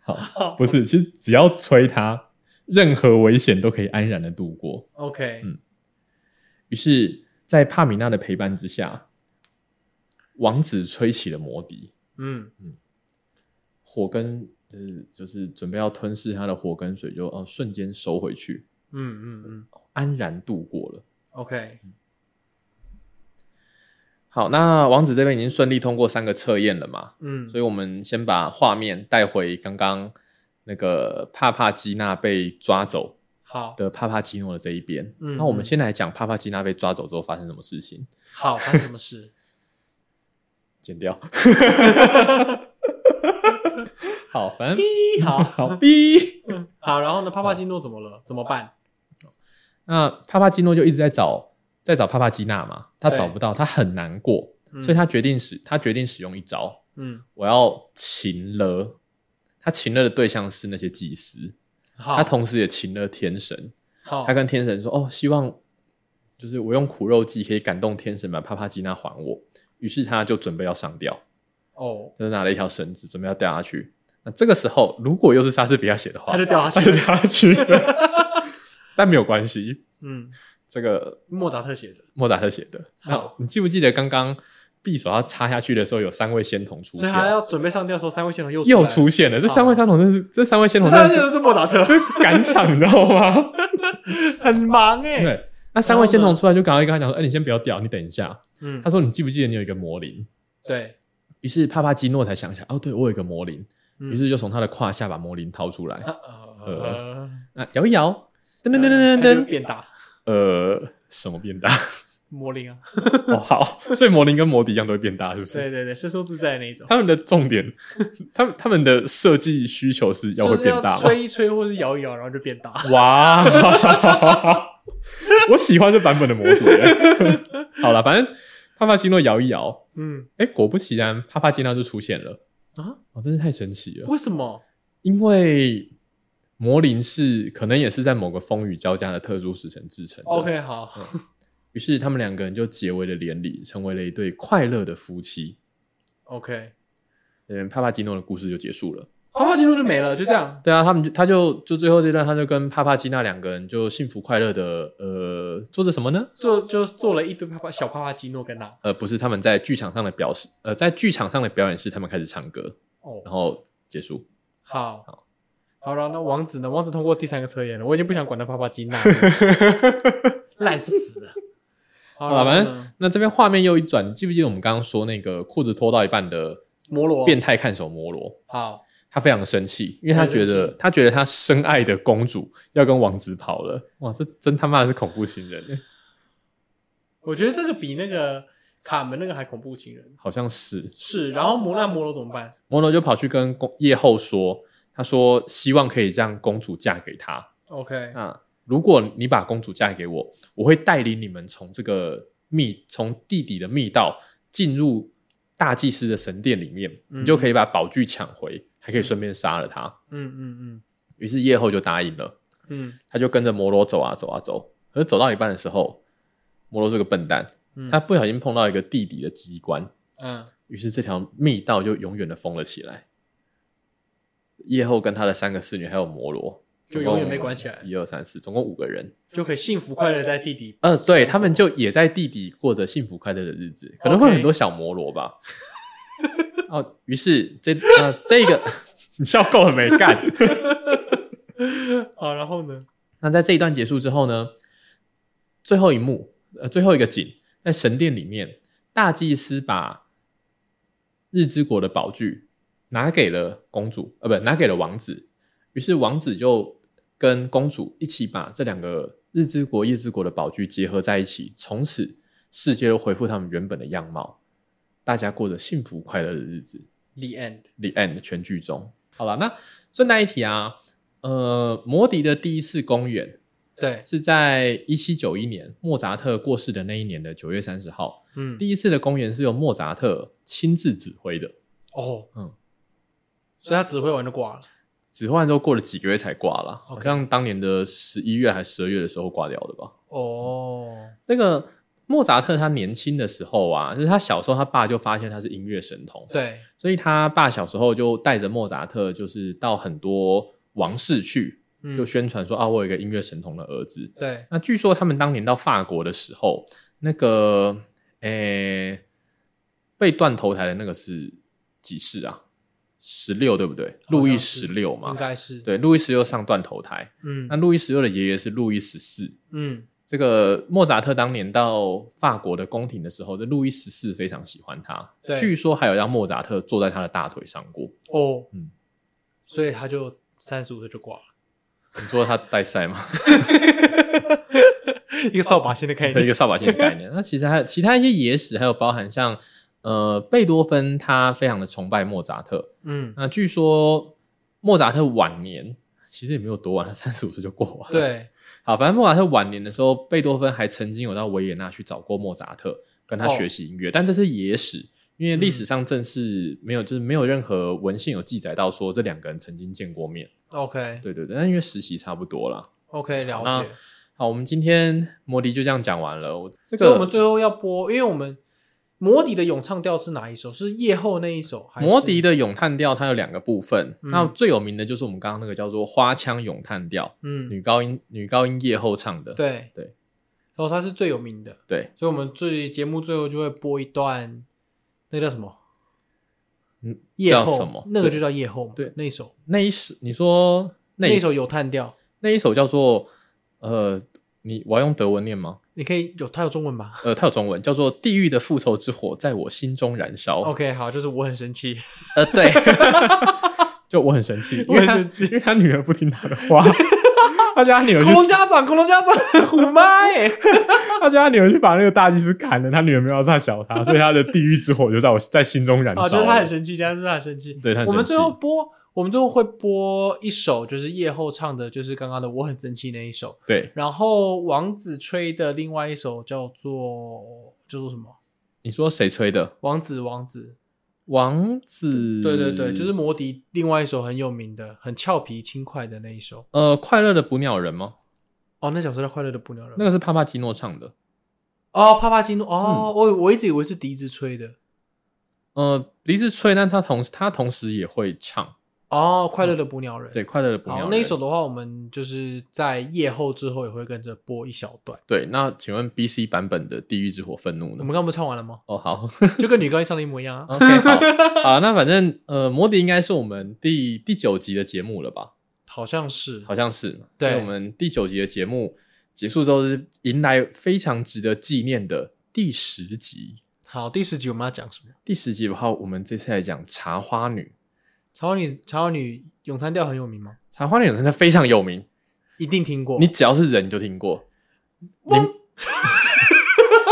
Speaker 1: 好，不是，其实只要吹他，任何危险都可以安然的度过。
Speaker 2: OK，
Speaker 1: 嗯于是，在帕米娜的陪伴之下，王子吹起了魔笛，
Speaker 2: 嗯，
Speaker 1: 火跟就是就是准备要吞噬他的火跟水就哦瞬间收回去，
Speaker 2: 嗯嗯嗯
Speaker 1: 安然度过了。
Speaker 2: ，OK，
Speaker 1: 好，那王子这边已经顺利通过三个测验了嘛？
Speaker 2: 嗯，
Speaker 1: 所以我们先把画面带回刚刚那个帕帕基娜被抓走
Speaker 2: 好，
Speaker 1: 的帕帕基诺的这一边。
Speaker 2: 嗯
Speaker 1: 那我们先来讲帕帕基娜被抓走之后发生什么事情。
Speaker 2: 好，发生什 么事？
Speaker 1: 剪掉。 好， 反正
Speaker 2: 咦，好
Speaker 1: 好逼。
Speaker 2: 好，然后呢？帕帕基诺怎么了？怎么办？
Speaker 1: 那帕帕基诺就一直在找，在找帕帕基娜嘛，他
Speaker 2: 对
Speaker 1: 找不到，他很难过，
Speaker 2: 嗯
Speaker 1: 所以他决定使他决定使用一招，
Speaker 2: 嗯，
Speaker 1: 我要擒了。他擒了的对象是那些祭司，
Speaker 2: 好，
Speaker 1: 他同时也擒了天神。
Speaker 2: 好，
Speaker 1: 他跟天神说：“哦，希望就是我用苦肉计可以感动天神，把帕帕基娜还我。”于是他就准备要上吊，
Speaker 2: 哦，
Speaker 1: 就是拿了一条绳子准备要掉下去。那这个时候，如果又是莎士比亚写的话，
Speaker 2: 他就掉下
Speaker 1: 他就
Speaker 2: 去
Speaker 1: 掉
Speaker 2: 了。
Speaker 1: 下去了。 但没有关系，
Speaker 2: 嗯，
Speaker 1: 这个
Speaker 2: 莫扎特写的，
Speaker 1: 莫扎特写的。那
Speaker 2: 好
Speaker 1: 你记不记得刚刚匕首要插下去的时候，有三位仙童出
Speaker 2: 所以
Speaker 1: 现，
Speaker 2: 他要准备上吊的时候，三位线头又
Speaker 1: 又
Speaker 2: 出
Speaker 1: 出现了。这三位仙童真是，这三位仙
Speaker 2: 来
Speaker 1: 童
Speaker 2: 了，三
Speaker 1: 真
Speaker 2: 位
Speaker 1: 的
Speaker 2: 线
Speaker 1: 是
Speaker 2: 头是莫扎特，
Speaker 1: 真敢抢，你知道 吗？
Speaker 2: 很忙哎。
Speaker 1: 对。那三位仙童出来就赶快跟他讲说：“哎、你先不要掉，你等一下。”
Speaker 2: 嗯
Speaker 1: 他，说：“你记不记得你有一个魔铃
Speaker 2: 对，？”
Speaker 1: 于是帕帕基诺才想起来：“哦，对我有一个魔铃。”
Speaker 2: 嗯
Speaker 1: 于是就从他的胯下把魔铃掏出来，
Speaker 2: 啊呃，
Speaker 1: 那摇一摇，噔噔噔
Speaker 2: 他
Speaker 1: 噔
Speaker 2: 就
Speaker 1: 噔噔，
Speaker 2: 变大，
Speaker 1: 呃，什么变大？
Speaker 2: 魔灵啊，
Speaker 1: 哦，好， 所以魔灵跟魔笛一样都会变大，是不是？
Speaker 2: 对对对，伸缩自在的那一种，
Speaker 1: 他们的重点，他们他们的设计需求是要会
Speaker 2: 就是
Speaker 1: 变
Speaker 2: 要
Speaker 1: 大吗？
Speaker 2: 吹一吹或是摇一摇，然后就变大。
Speaker 1: 哇，我喜欢这版本的魔笛耶。 好了，反正帕帕基诺摇一摇，
Speaker 2: 嗯
Speaker 1: 哎、果不其然，帕帕基诺就出现了。
Speaker 2: 啊，
Speaker 1: 哦，真是太神奇了！
Speaker 2: 为什么？
Speaker 1: 因为魔灵是可能也是在某个风雨交加的特殊时辰制成的。
Speaker 2: OK，好，
Speaker 1: 于是他们两个人就结为了连理，成为了一对快乐的夫妻。
Speaker 2: OK，
Speaker 1: 嗯，帕帕基诺的故事就结束了。
Speaker 2: 泡泡进入就没了，就这样。
Speaker 1: 对啊，他们就他就就最后这段，他就跟帕帕基娜两个人就幸福快乐的呃做着什么呢？
Speaker 2: 做就做了一堆泡泡小泡泡基诺跟他
Speaker 1: 呃，不是他们在剧场上的表示，呃，在剧场上的表演是他们开始唱歌，
Speaker 2: 哦，
Speaker 1: 然后结束。
Speaker 2: 好
Speaker 1: 好
Speaker 2: 好了，那王子呢？王子通过第三个测验了，我已经不想管他泡泡基娜了，烂死了。好
Speaker 1: 好了，反
Speaker 2: 然后
Speaker 1: 正
Speaker 2: 呢
Speaker 1: 那这边画面又一转，你记不记得我们刚刚说那个裤子脱到一半的
Speaker 2: 摩罗
Speaker 1: 变态看守摩罗？
Speaker 2: 好，
Speaker 1: 他非常生气，因为他觉
Speaker 2: 他生
Speaker 1: 得
Speaker 2: 气
Speaker 1: 他觉得他深爱的公主要跟王子跑了，哇，这真他妈的是恐怖情人，欸
Speaker 2: 我觉得这个比那个卡门那个还恐怖情人。
Speaker 1: 好像是。
Speaker 2: 是，然后摩那摩罗怎么办？
Speaker 1: 摩罗就跑去跟公夜后说，他说希望可以让公主嫁给他。
Speaker 2: OK，嗯
Speaker 1: 那如果你把公主嫁给我，我会带领你们从这个密从地底的密道进入大祭司的神殿里面，
Speaker 2: 嗯
Speaker 1: 你就可以把宝具抢回，还可以顺便杀了他。
Speaker 2: 嗯嗯
Speaker 1: 于是夜后就答应了，
Speaker 2: 嗯嗯
Speaker 1: 他就跟着摩罗走啊走啊走，可是走到一半的时候，摩罗是个笨蛋，
Speaker 2: 嗯，
Speaker 1: 他不小心碰到一个地底的机关，
Speaker 2: 嗯
Speaker 1: 于是这条密道就永远的封了起来。夜后跟他的三个侍女还有摩罗，
Speaker 2: 就永远被关起来
Speaker 1: 一二三四，总共五个人。
Speaker 2: 就可以幸福快乐地在地 底。
Speaker 1: 呃，对他们就也在地底过着幸福快乐的日子，可能会有很多小摩罗吧。哦，于是这呃这个你笑够了没 干？
Speaker 2: 好，然后呢？
Speaker 1: 那在这一段结束之后呢，最后一幕，呃，最后一个景，在神殿里面，大祭司把日之国的宝具拿给了公主，呃，不，拿给了王子。于是王子就跟公主一起把这两个日之国、夜之国的宝具结合在一起，从此世界都恢复他们原本的样貌，大家过着幸福快乐的日子。
Speaker 2: The end。
Speaker 1: The End 全剧终。好了，那顺带一提啊，呃，摩迪的第一次公演
Speaker 2: 对，
Speaker 1: 是在一七九一年莫扎特过世的那一年的九月三十号。
Speaker 2: 嗯，
Speaker 1: 第一次的公演是由莫扎特亲自指挥的，
Speaker 2: 哦，
Speaker 1: 嗯，
Speaker 2: 所以他指挥完就挂了。
Speaker 1: 指挥完之后过了几个月才挂了，好
Speaker 2: OK
Speaker 1: 像当年的十一月还十二月的时候挂掉的吧。
Speaker 2: 哦，
Speaker 1: 那个莫扎特他年轻的时候啊，就是他小时候，他爸就发现他是音乐神童，
Speaker 2: 对，
Speaker 1: 所以他爸小时候就带着莫扎特，就是到很多王室去，
Speaker 2: 嗯
Speaker 1: 就宣传说啊，我有一个音乐神童的儿子。
Speaker 2: 对，
Speaker 1: 那据说他们当年到法国的时候，那个诶、被断头台的那个是几世啊？十六对不对？路易十六嘛
Speaker 2: 应，该是，
Speaker 1: 对，路易十六上断头台。
Speaker 2: 嗯
Speaker 1: 那路易十六的爷爷是路易十四。
Speaker 2: 嗯，
Speaker 1: 这个莫扎特当年到法国的宫廷的时候，这路易十四非常喜欢他
Speaker 2: 对，
Speaker 1: 据说还有让莫扎特坐在他的大腿上过。
Speaker 2: 哦，
Speaker 1: 嗯
Speaker 2: 所以他就三十五岁就 挂了，
Speaker 1: 你说他带赛吗？
Speaker 2: 一个扫把星的概
Speaker 1: 对一
Speaker 2: 念，
Speaker 1: 个扫把星的概念。那其实还有其他一些野史，还有包含像呃贝多芬，他非常的崇拜莫扎特。
Speaker 2: 嗯，
Speaker 1: 那据说莫扎特晚年其实也没有多晚，他三十五岁就过完了。，
Speaker 2: 对，
Speaker 1: 好，反正莫扎特晚年的时候，贝多芬还曾经有到维也纳去找过莫扎特，跟他
Speaker 2: 哦嗯
Speaker 1: 学习音乐，但这是野史。因为历史上正式没有，就是没有任何文献有记载到说这两个人曾经见过面。
Speaker 2: OK
Speaker 1: 对对对，但因为实习差不多啦。
Speaker 2: OK，了
Speaker 1: 那
Speaker 2: 解。
Speaker 1: 好，我们今天摩迪就这样讲完了。我这
Speaker 2: 所以我
Speaker 1: 个
Speaker 2: 们最后要播，因为我们摩迪的咏唱调是哪一首？是夜后那一首？还是
Speaker 1: 摩迪的咏叹调它有两个部分，
Speaker 2: 嗯
Speaker 1: 那最有名的就是我们刚刚那个叫做花腔咏叹调，
Speaker 2: 嗯，
Speaker 1: 女高音女高音夜后唱的。
Speaker 2: 对
Speaker 1: 对，
Speaker 2: 然后它是最有名的，
Speaker 1: 对，
Speaker 2: 所以我们最节目最后就会播一段，那叫什么？
Speaker 1: 嗯，
Speaker 2: 夜
Speaker 1: 叫
Speaker 2: 后
Speaker 1: 什么
Speaker 2: 那个就叫夜后嘛，
Speaker 1: 对
Speaker 2: 那一首
Speaker 1: 那一首你说那
Speaker 2: 那
Speaker 1: 一
Speaker 2: 一
Speaker 1: 首
Speaker 2: 首有叹调，
Speaker 1: 那一首叫做呃，你我要用德文念吗？
Speaker 2: 你可以有它有中文吧
Speaker 1: 呃，它有中文叫做《地狱的复仇之火在我心中燃烧》。
Speaker 2: ？OK，好，就是我很生气，
Speaker 1: 呃，对，就 我很生气，因
Speaker 2: 我
Speaker 1: 为
Speaker 2: 很
Speaker 1: 他
Speaker 2: 生气
Speaker 1: 因为他女儿不听他的话， 他叫他女儿去
Speaker 2: 恐龙家长，恐龙家长， 虎麦，
Speaker 1: 他叫他女儿去把那个大祭司砍了，他女儿没有要再小他，所以他的地狱之火就在我在心中燃烧。
Speaker 2: 啊，就是他很生气，这样是他很生气。
Speaker 1: 对他很
Speaker 2: 我们
Speaker 1: 生
Speaker 2: 最
Speaker 1: 气
Speaker 2: 后播，我们最后会播一首，就是夜后唱的，就是刚刚的我很生气那一首。
Speaker 1: 对
Speaker 2: 然后王子吹的另外一首叫做叫做什么？
Speaker 1: 你说谁吹的？
Speaker 2: 王子王子，
Speaker 1: 王子？
Speaker 2: 对对对，
Speaker 1: 嗯
Speaker 2: 就是摩迪另外一首很有名的、很俏皮轻快的那一首。
Speaker 1: 呃，快乐的捕鸟人吗？
Speaker 2: 哦，那首是《快乐的捕鸟人》
Speaker 1: 那个是帕帕基诺唱的。
Speaker 2: 哦，帕帕基诺
Speaker 1: 嗯
Speaker 2: 哦，我我一直以为是笛子吹的。
Speaker 1: 呃，笛子吹，但他同他同时也会唱。
Speaker 2: 哦，《快乐的捕鸟人》
Speaker 1: 嗯对，快乐的捕鸟
Speaker 2: 好，
Speaker 1: 人
Speaker 2: 那一首的话，我们就是在夜后之后也会跟着播一小段。
Speaker 1: 对，那请问 B C 版本的《地狱之火愤怒》
Speaker 2: 我
Speaker 1: 呢
Speaker 2: 们？刚不是唱完 了吗？
Speaker 1: 哦，好
Speaker 2: 就跟女高音唱的一模一样啊。
Speaker 1: ，OK，好， 好，那反正呃，摩迪应该是我们第第九集的节目了吧？
Speaker 2: 好像是，
Speaker 1: 好像是。
Speaker 2: 对
Speaker 1: 所以我们第九集的节目结束之后，是迎来非常值得纪念的第十集。
Speaker 2: 好，第十集我们要讲什么？
Speaker 1: 第十集的话，我们这次来讲茶花女。
Speaker 2: 茶花女，茶花女咏叹调很有名吗？
Speaker 1: 茶花女真的非常有名，
Speaker 2: 一定听过。
Speaker 1: 你只要是人你就听过。你
Speaker 2: 嗡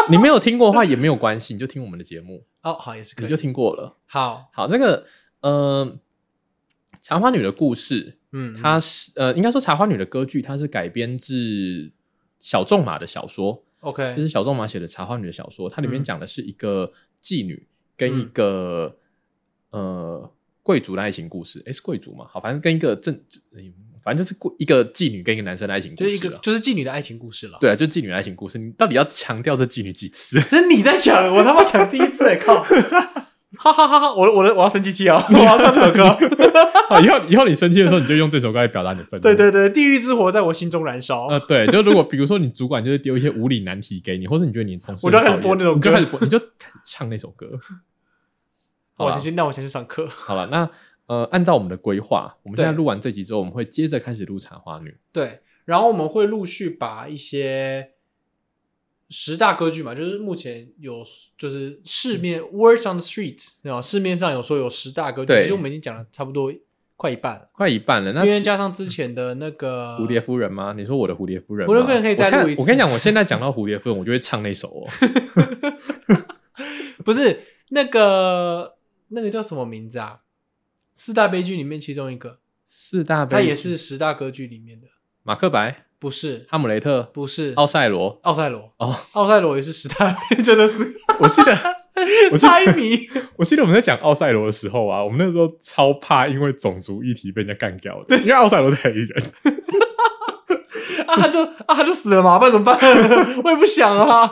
Speaker 1: 你没有听过的话也没有关系，你就听我们的节目，
Speaker 2: 哦，好也是可
Speaker 1: 你
Speaker 2: 以。
Speaker 1: 就听过了。
Speaker 2: 好，
Speaker 1: 好，那个呃，茶花女的故事，
Speaker 2: 嗯，
Speaker 1: 它是呃，应该说茶花女的歌剧，它是改编自小仲马的小说，
Speaker 2: OK，
Speaker 1: 这是小仲马写的茶花女的小说，它里面
Speaker 2: 嗯
Speaker 1: 讲的是一个妓女跟一
Speaker 2: 嗯
Speaker 1: 个、呃贵族的爱情故事，诶是贵族嘛？好，反正跟一个正，诶反正就是贵一个妓女跟一个男生的爱情故
Speaker 2: 就是一
Speaker 1: 事
Speaker 2: 个
Speaker 1: 了。
Speaker 2: 就是妓女的爱情故事了。，
Speaker 1: 对啊，就妓女的爱情故事，你到底要强调这妓女几次？
Speaker 2: 是你在讲，我他妈讲第一次，欸靠！哈哈哈哈！我我的我要生气气哦，我要唱这 首歌。
Speaker 1: 好啊以后以后你生气的时候，你就用这首歌来表达你的愤怒。
Speaker 2: 对对对，地狱之火在我心中燃烧。
Speaker 1: 呃，对，就如果比如说你主管就是丢一些无理难题给你，或是你觉得你的同事
Speaker 2: 我就
Speaker 1: 很
Speaker 2: 开始
Speaker 1: 讨
Speaker 2: 播
Speaker 1: 厌
Speaker 2: 那首
Speaker 1: 你就
Speaker 2: 歌
Speaker 1: 开始播，你就开始唱那首 歌。好啊
Speaker 2: 我
Speaker 1: 了
Speaker 2: 先，去，那我先去上课。
Speaker 1: 好了，那呃，按照我们的规划，我们
Speaker 2: 对
Speaker 1: 现在录完这集之后，我们会接着开始录《茶花女》。
Speaker 2: 对，然后我们会陆续把一些十大歌剧嘛，就是目前有就是
Speaker 1: 嗯
Speaker 2: 市面 words on the street，然后市面上有说有十大歌剧，
Speaker 1: 对
Speaker 2: 其实我们已经讲了差不多快一半了，
Speaker 1: 快一半了，那
Speaker 2: 因为
Speaker 1: 其
Speaker 2: 加上之前的那个
Speaker 1: 蝴蝶夫人吗？你说我的蝴蝶夫人吗，
Speaker 2: 蝴蝶夫人可以再
Speaker 1: 我现在
Speaker 2: 录一次
Speaker 1: 我跟你讲，我现在讲到蝴蝶夫人，我就会唱那首 哦。
Speaker 2: 不是那个那个叫什么名字啊？四大悲剧里面其中一个，
Speaker 1: 四大悲
Speaker 2: 它
Speaker 1: 剧，
Speaker 2: 也是十大歌剧里面的，
Speaker 1: 马克白、
Speaker 2: 不是
Speaker 1: 哈姆雷特、
Speaker 2: 不是
Speaker 1: 奥赛罗。
Speaker 2: 奥赛罗
Speaker 1: 哦，
Speaker 2: 奥赛罗也是十大， 真的是
Speaker 1: 我记得，我记得
Speaker 2: 猜谜。
Speaker 1: 我记得我们在讲奥赛罗的时候啊，我们那时候 超怕因为种族议题被人家干掉的，因为奥赛罗是黑人。
Speaker 2: 啊，他就啊，他就死了嘛，不然怎么办？ 我也不想 啊。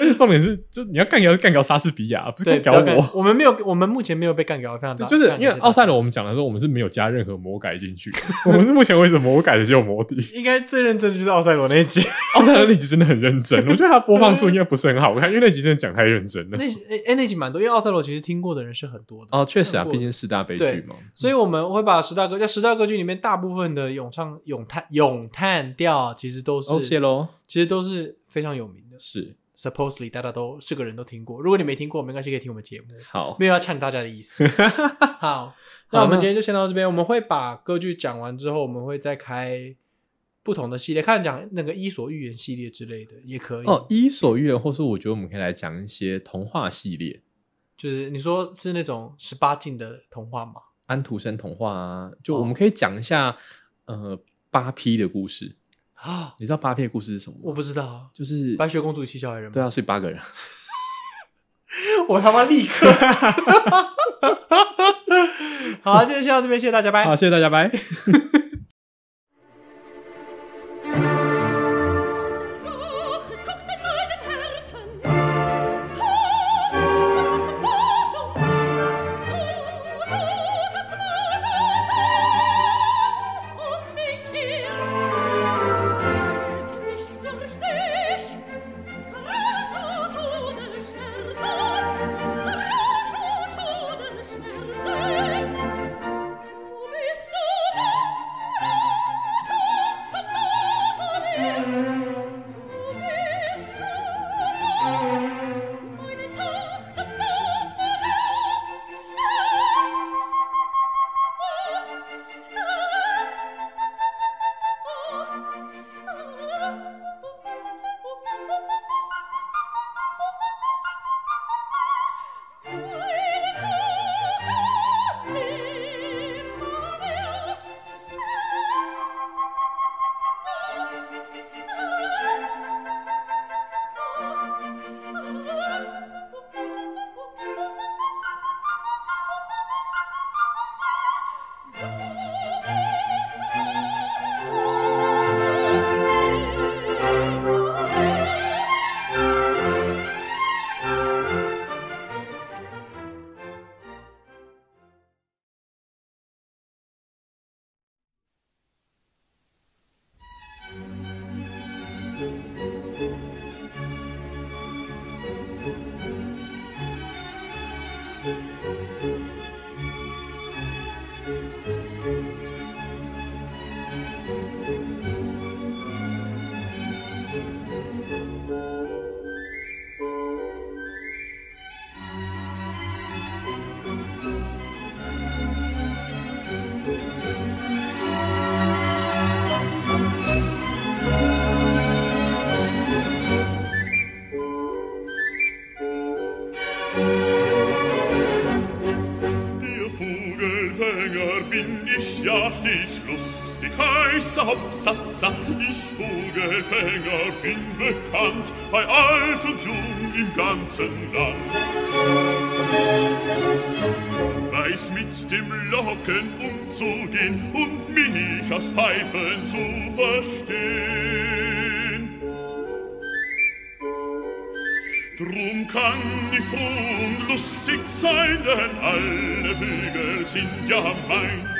Speaker 1: 而且重点是，就你要干掉就干掉莎士比亚，不是
Speaker 2: 对，
Speaker 1: 干掉
Speaker 2: 不要干
Speaker 1: 我。
Speaker 2: 我们没有，我们目前没有被干掉，非常大。
Speaker 1: 就是因为奥赛
Speaker 2: 罗
Speaker 1: 罗，我们讲的时候，我们是没有加任何魔改进去的。我们是目前为止魔改的只有魔笛。
Speaker 2: 应该最认真的就是奥赛罗那一集。
Speaker 1: 奥赛罗那集真的很认真，我觉得他播放数应该不是很好看，因为那集真的讲太认真了
Speaker 2: 那。集哎、那集蛮多，因为奥赛罗其实听过的人是很多的，
Speaker 1: 哦，确实啊，
Speaker 2: 看过
Speaker 1: 毕竟四大悲剧
Speaker 2: 对
Speaker 1: 嘛。
Speaker 2: 所以我们会把十大歌在十大歌剧里面，大部分的咏唱、咏叹、咏叹调其实都是，
Speaker 1: 哦，谢喽，
Speaker 2: 其实都是非常有名的。
Speaker 1: 是
Speaker 2: Supposedly 大家都是个人都听过，如果你没听过，没关系，可以听我们节目，
Speaker 1: 好
Speaker 2: 没有要呛大家的 意思。好，那我
Speaker 1: 那
Speaker 2: 们今天就先到这边，我们会把歌剧讲完之后，我们会再开不同的系列，看讲那个《伊索寓言》系列之类的也可以。
Speaker 1: 哦，《伊索寓言》，或是我觉得我们可以来讲一些童话系列，
Speaker 2: 就是你说是那种十八禁的童话吗？
Speaker 1: 安徒生童话啊，就
Speaker 2: 哦
Speaker 1: 我们可以讲一下呃八匹的故事。
Speaker 2: 啊，
Speaker 1: 你知道八匹的故事是什么吗？
Speaker 2: 我不知道，
Speaker 1: 就是
Speaker 2: 白雪公主与七小矮人吗？
Speaker 1: 对啊，所以八个人。
Speaker 2: 我他妈立刻。 好，今天先到这边，谢谢大家，拜。
Speaker 1: 好，谢谢大家，拜。
Speaker 4: Doch kocht in meinem Herzen Tod, Tod, Verzweiflung. Tod, Tod, Verzweiflung. Und mich hier hält mich durch dich. er So raus, o Todesschmerzen, so raus, o Todesschmerzen. So bist du mein Tod, mein Tod.
Speaker 3: Dir Vogelfänger bin ich ja stets lustig, heißer Hopsassa. Ich Vogelfänger bin bekannt, bei alt und jung im ganzen Land. Weiß mit dem Locken umzugehen und mich aus Pfeifen zu verstehen. Drum kann ich froh und lustig sein, denn alle Vögel sind ja mein.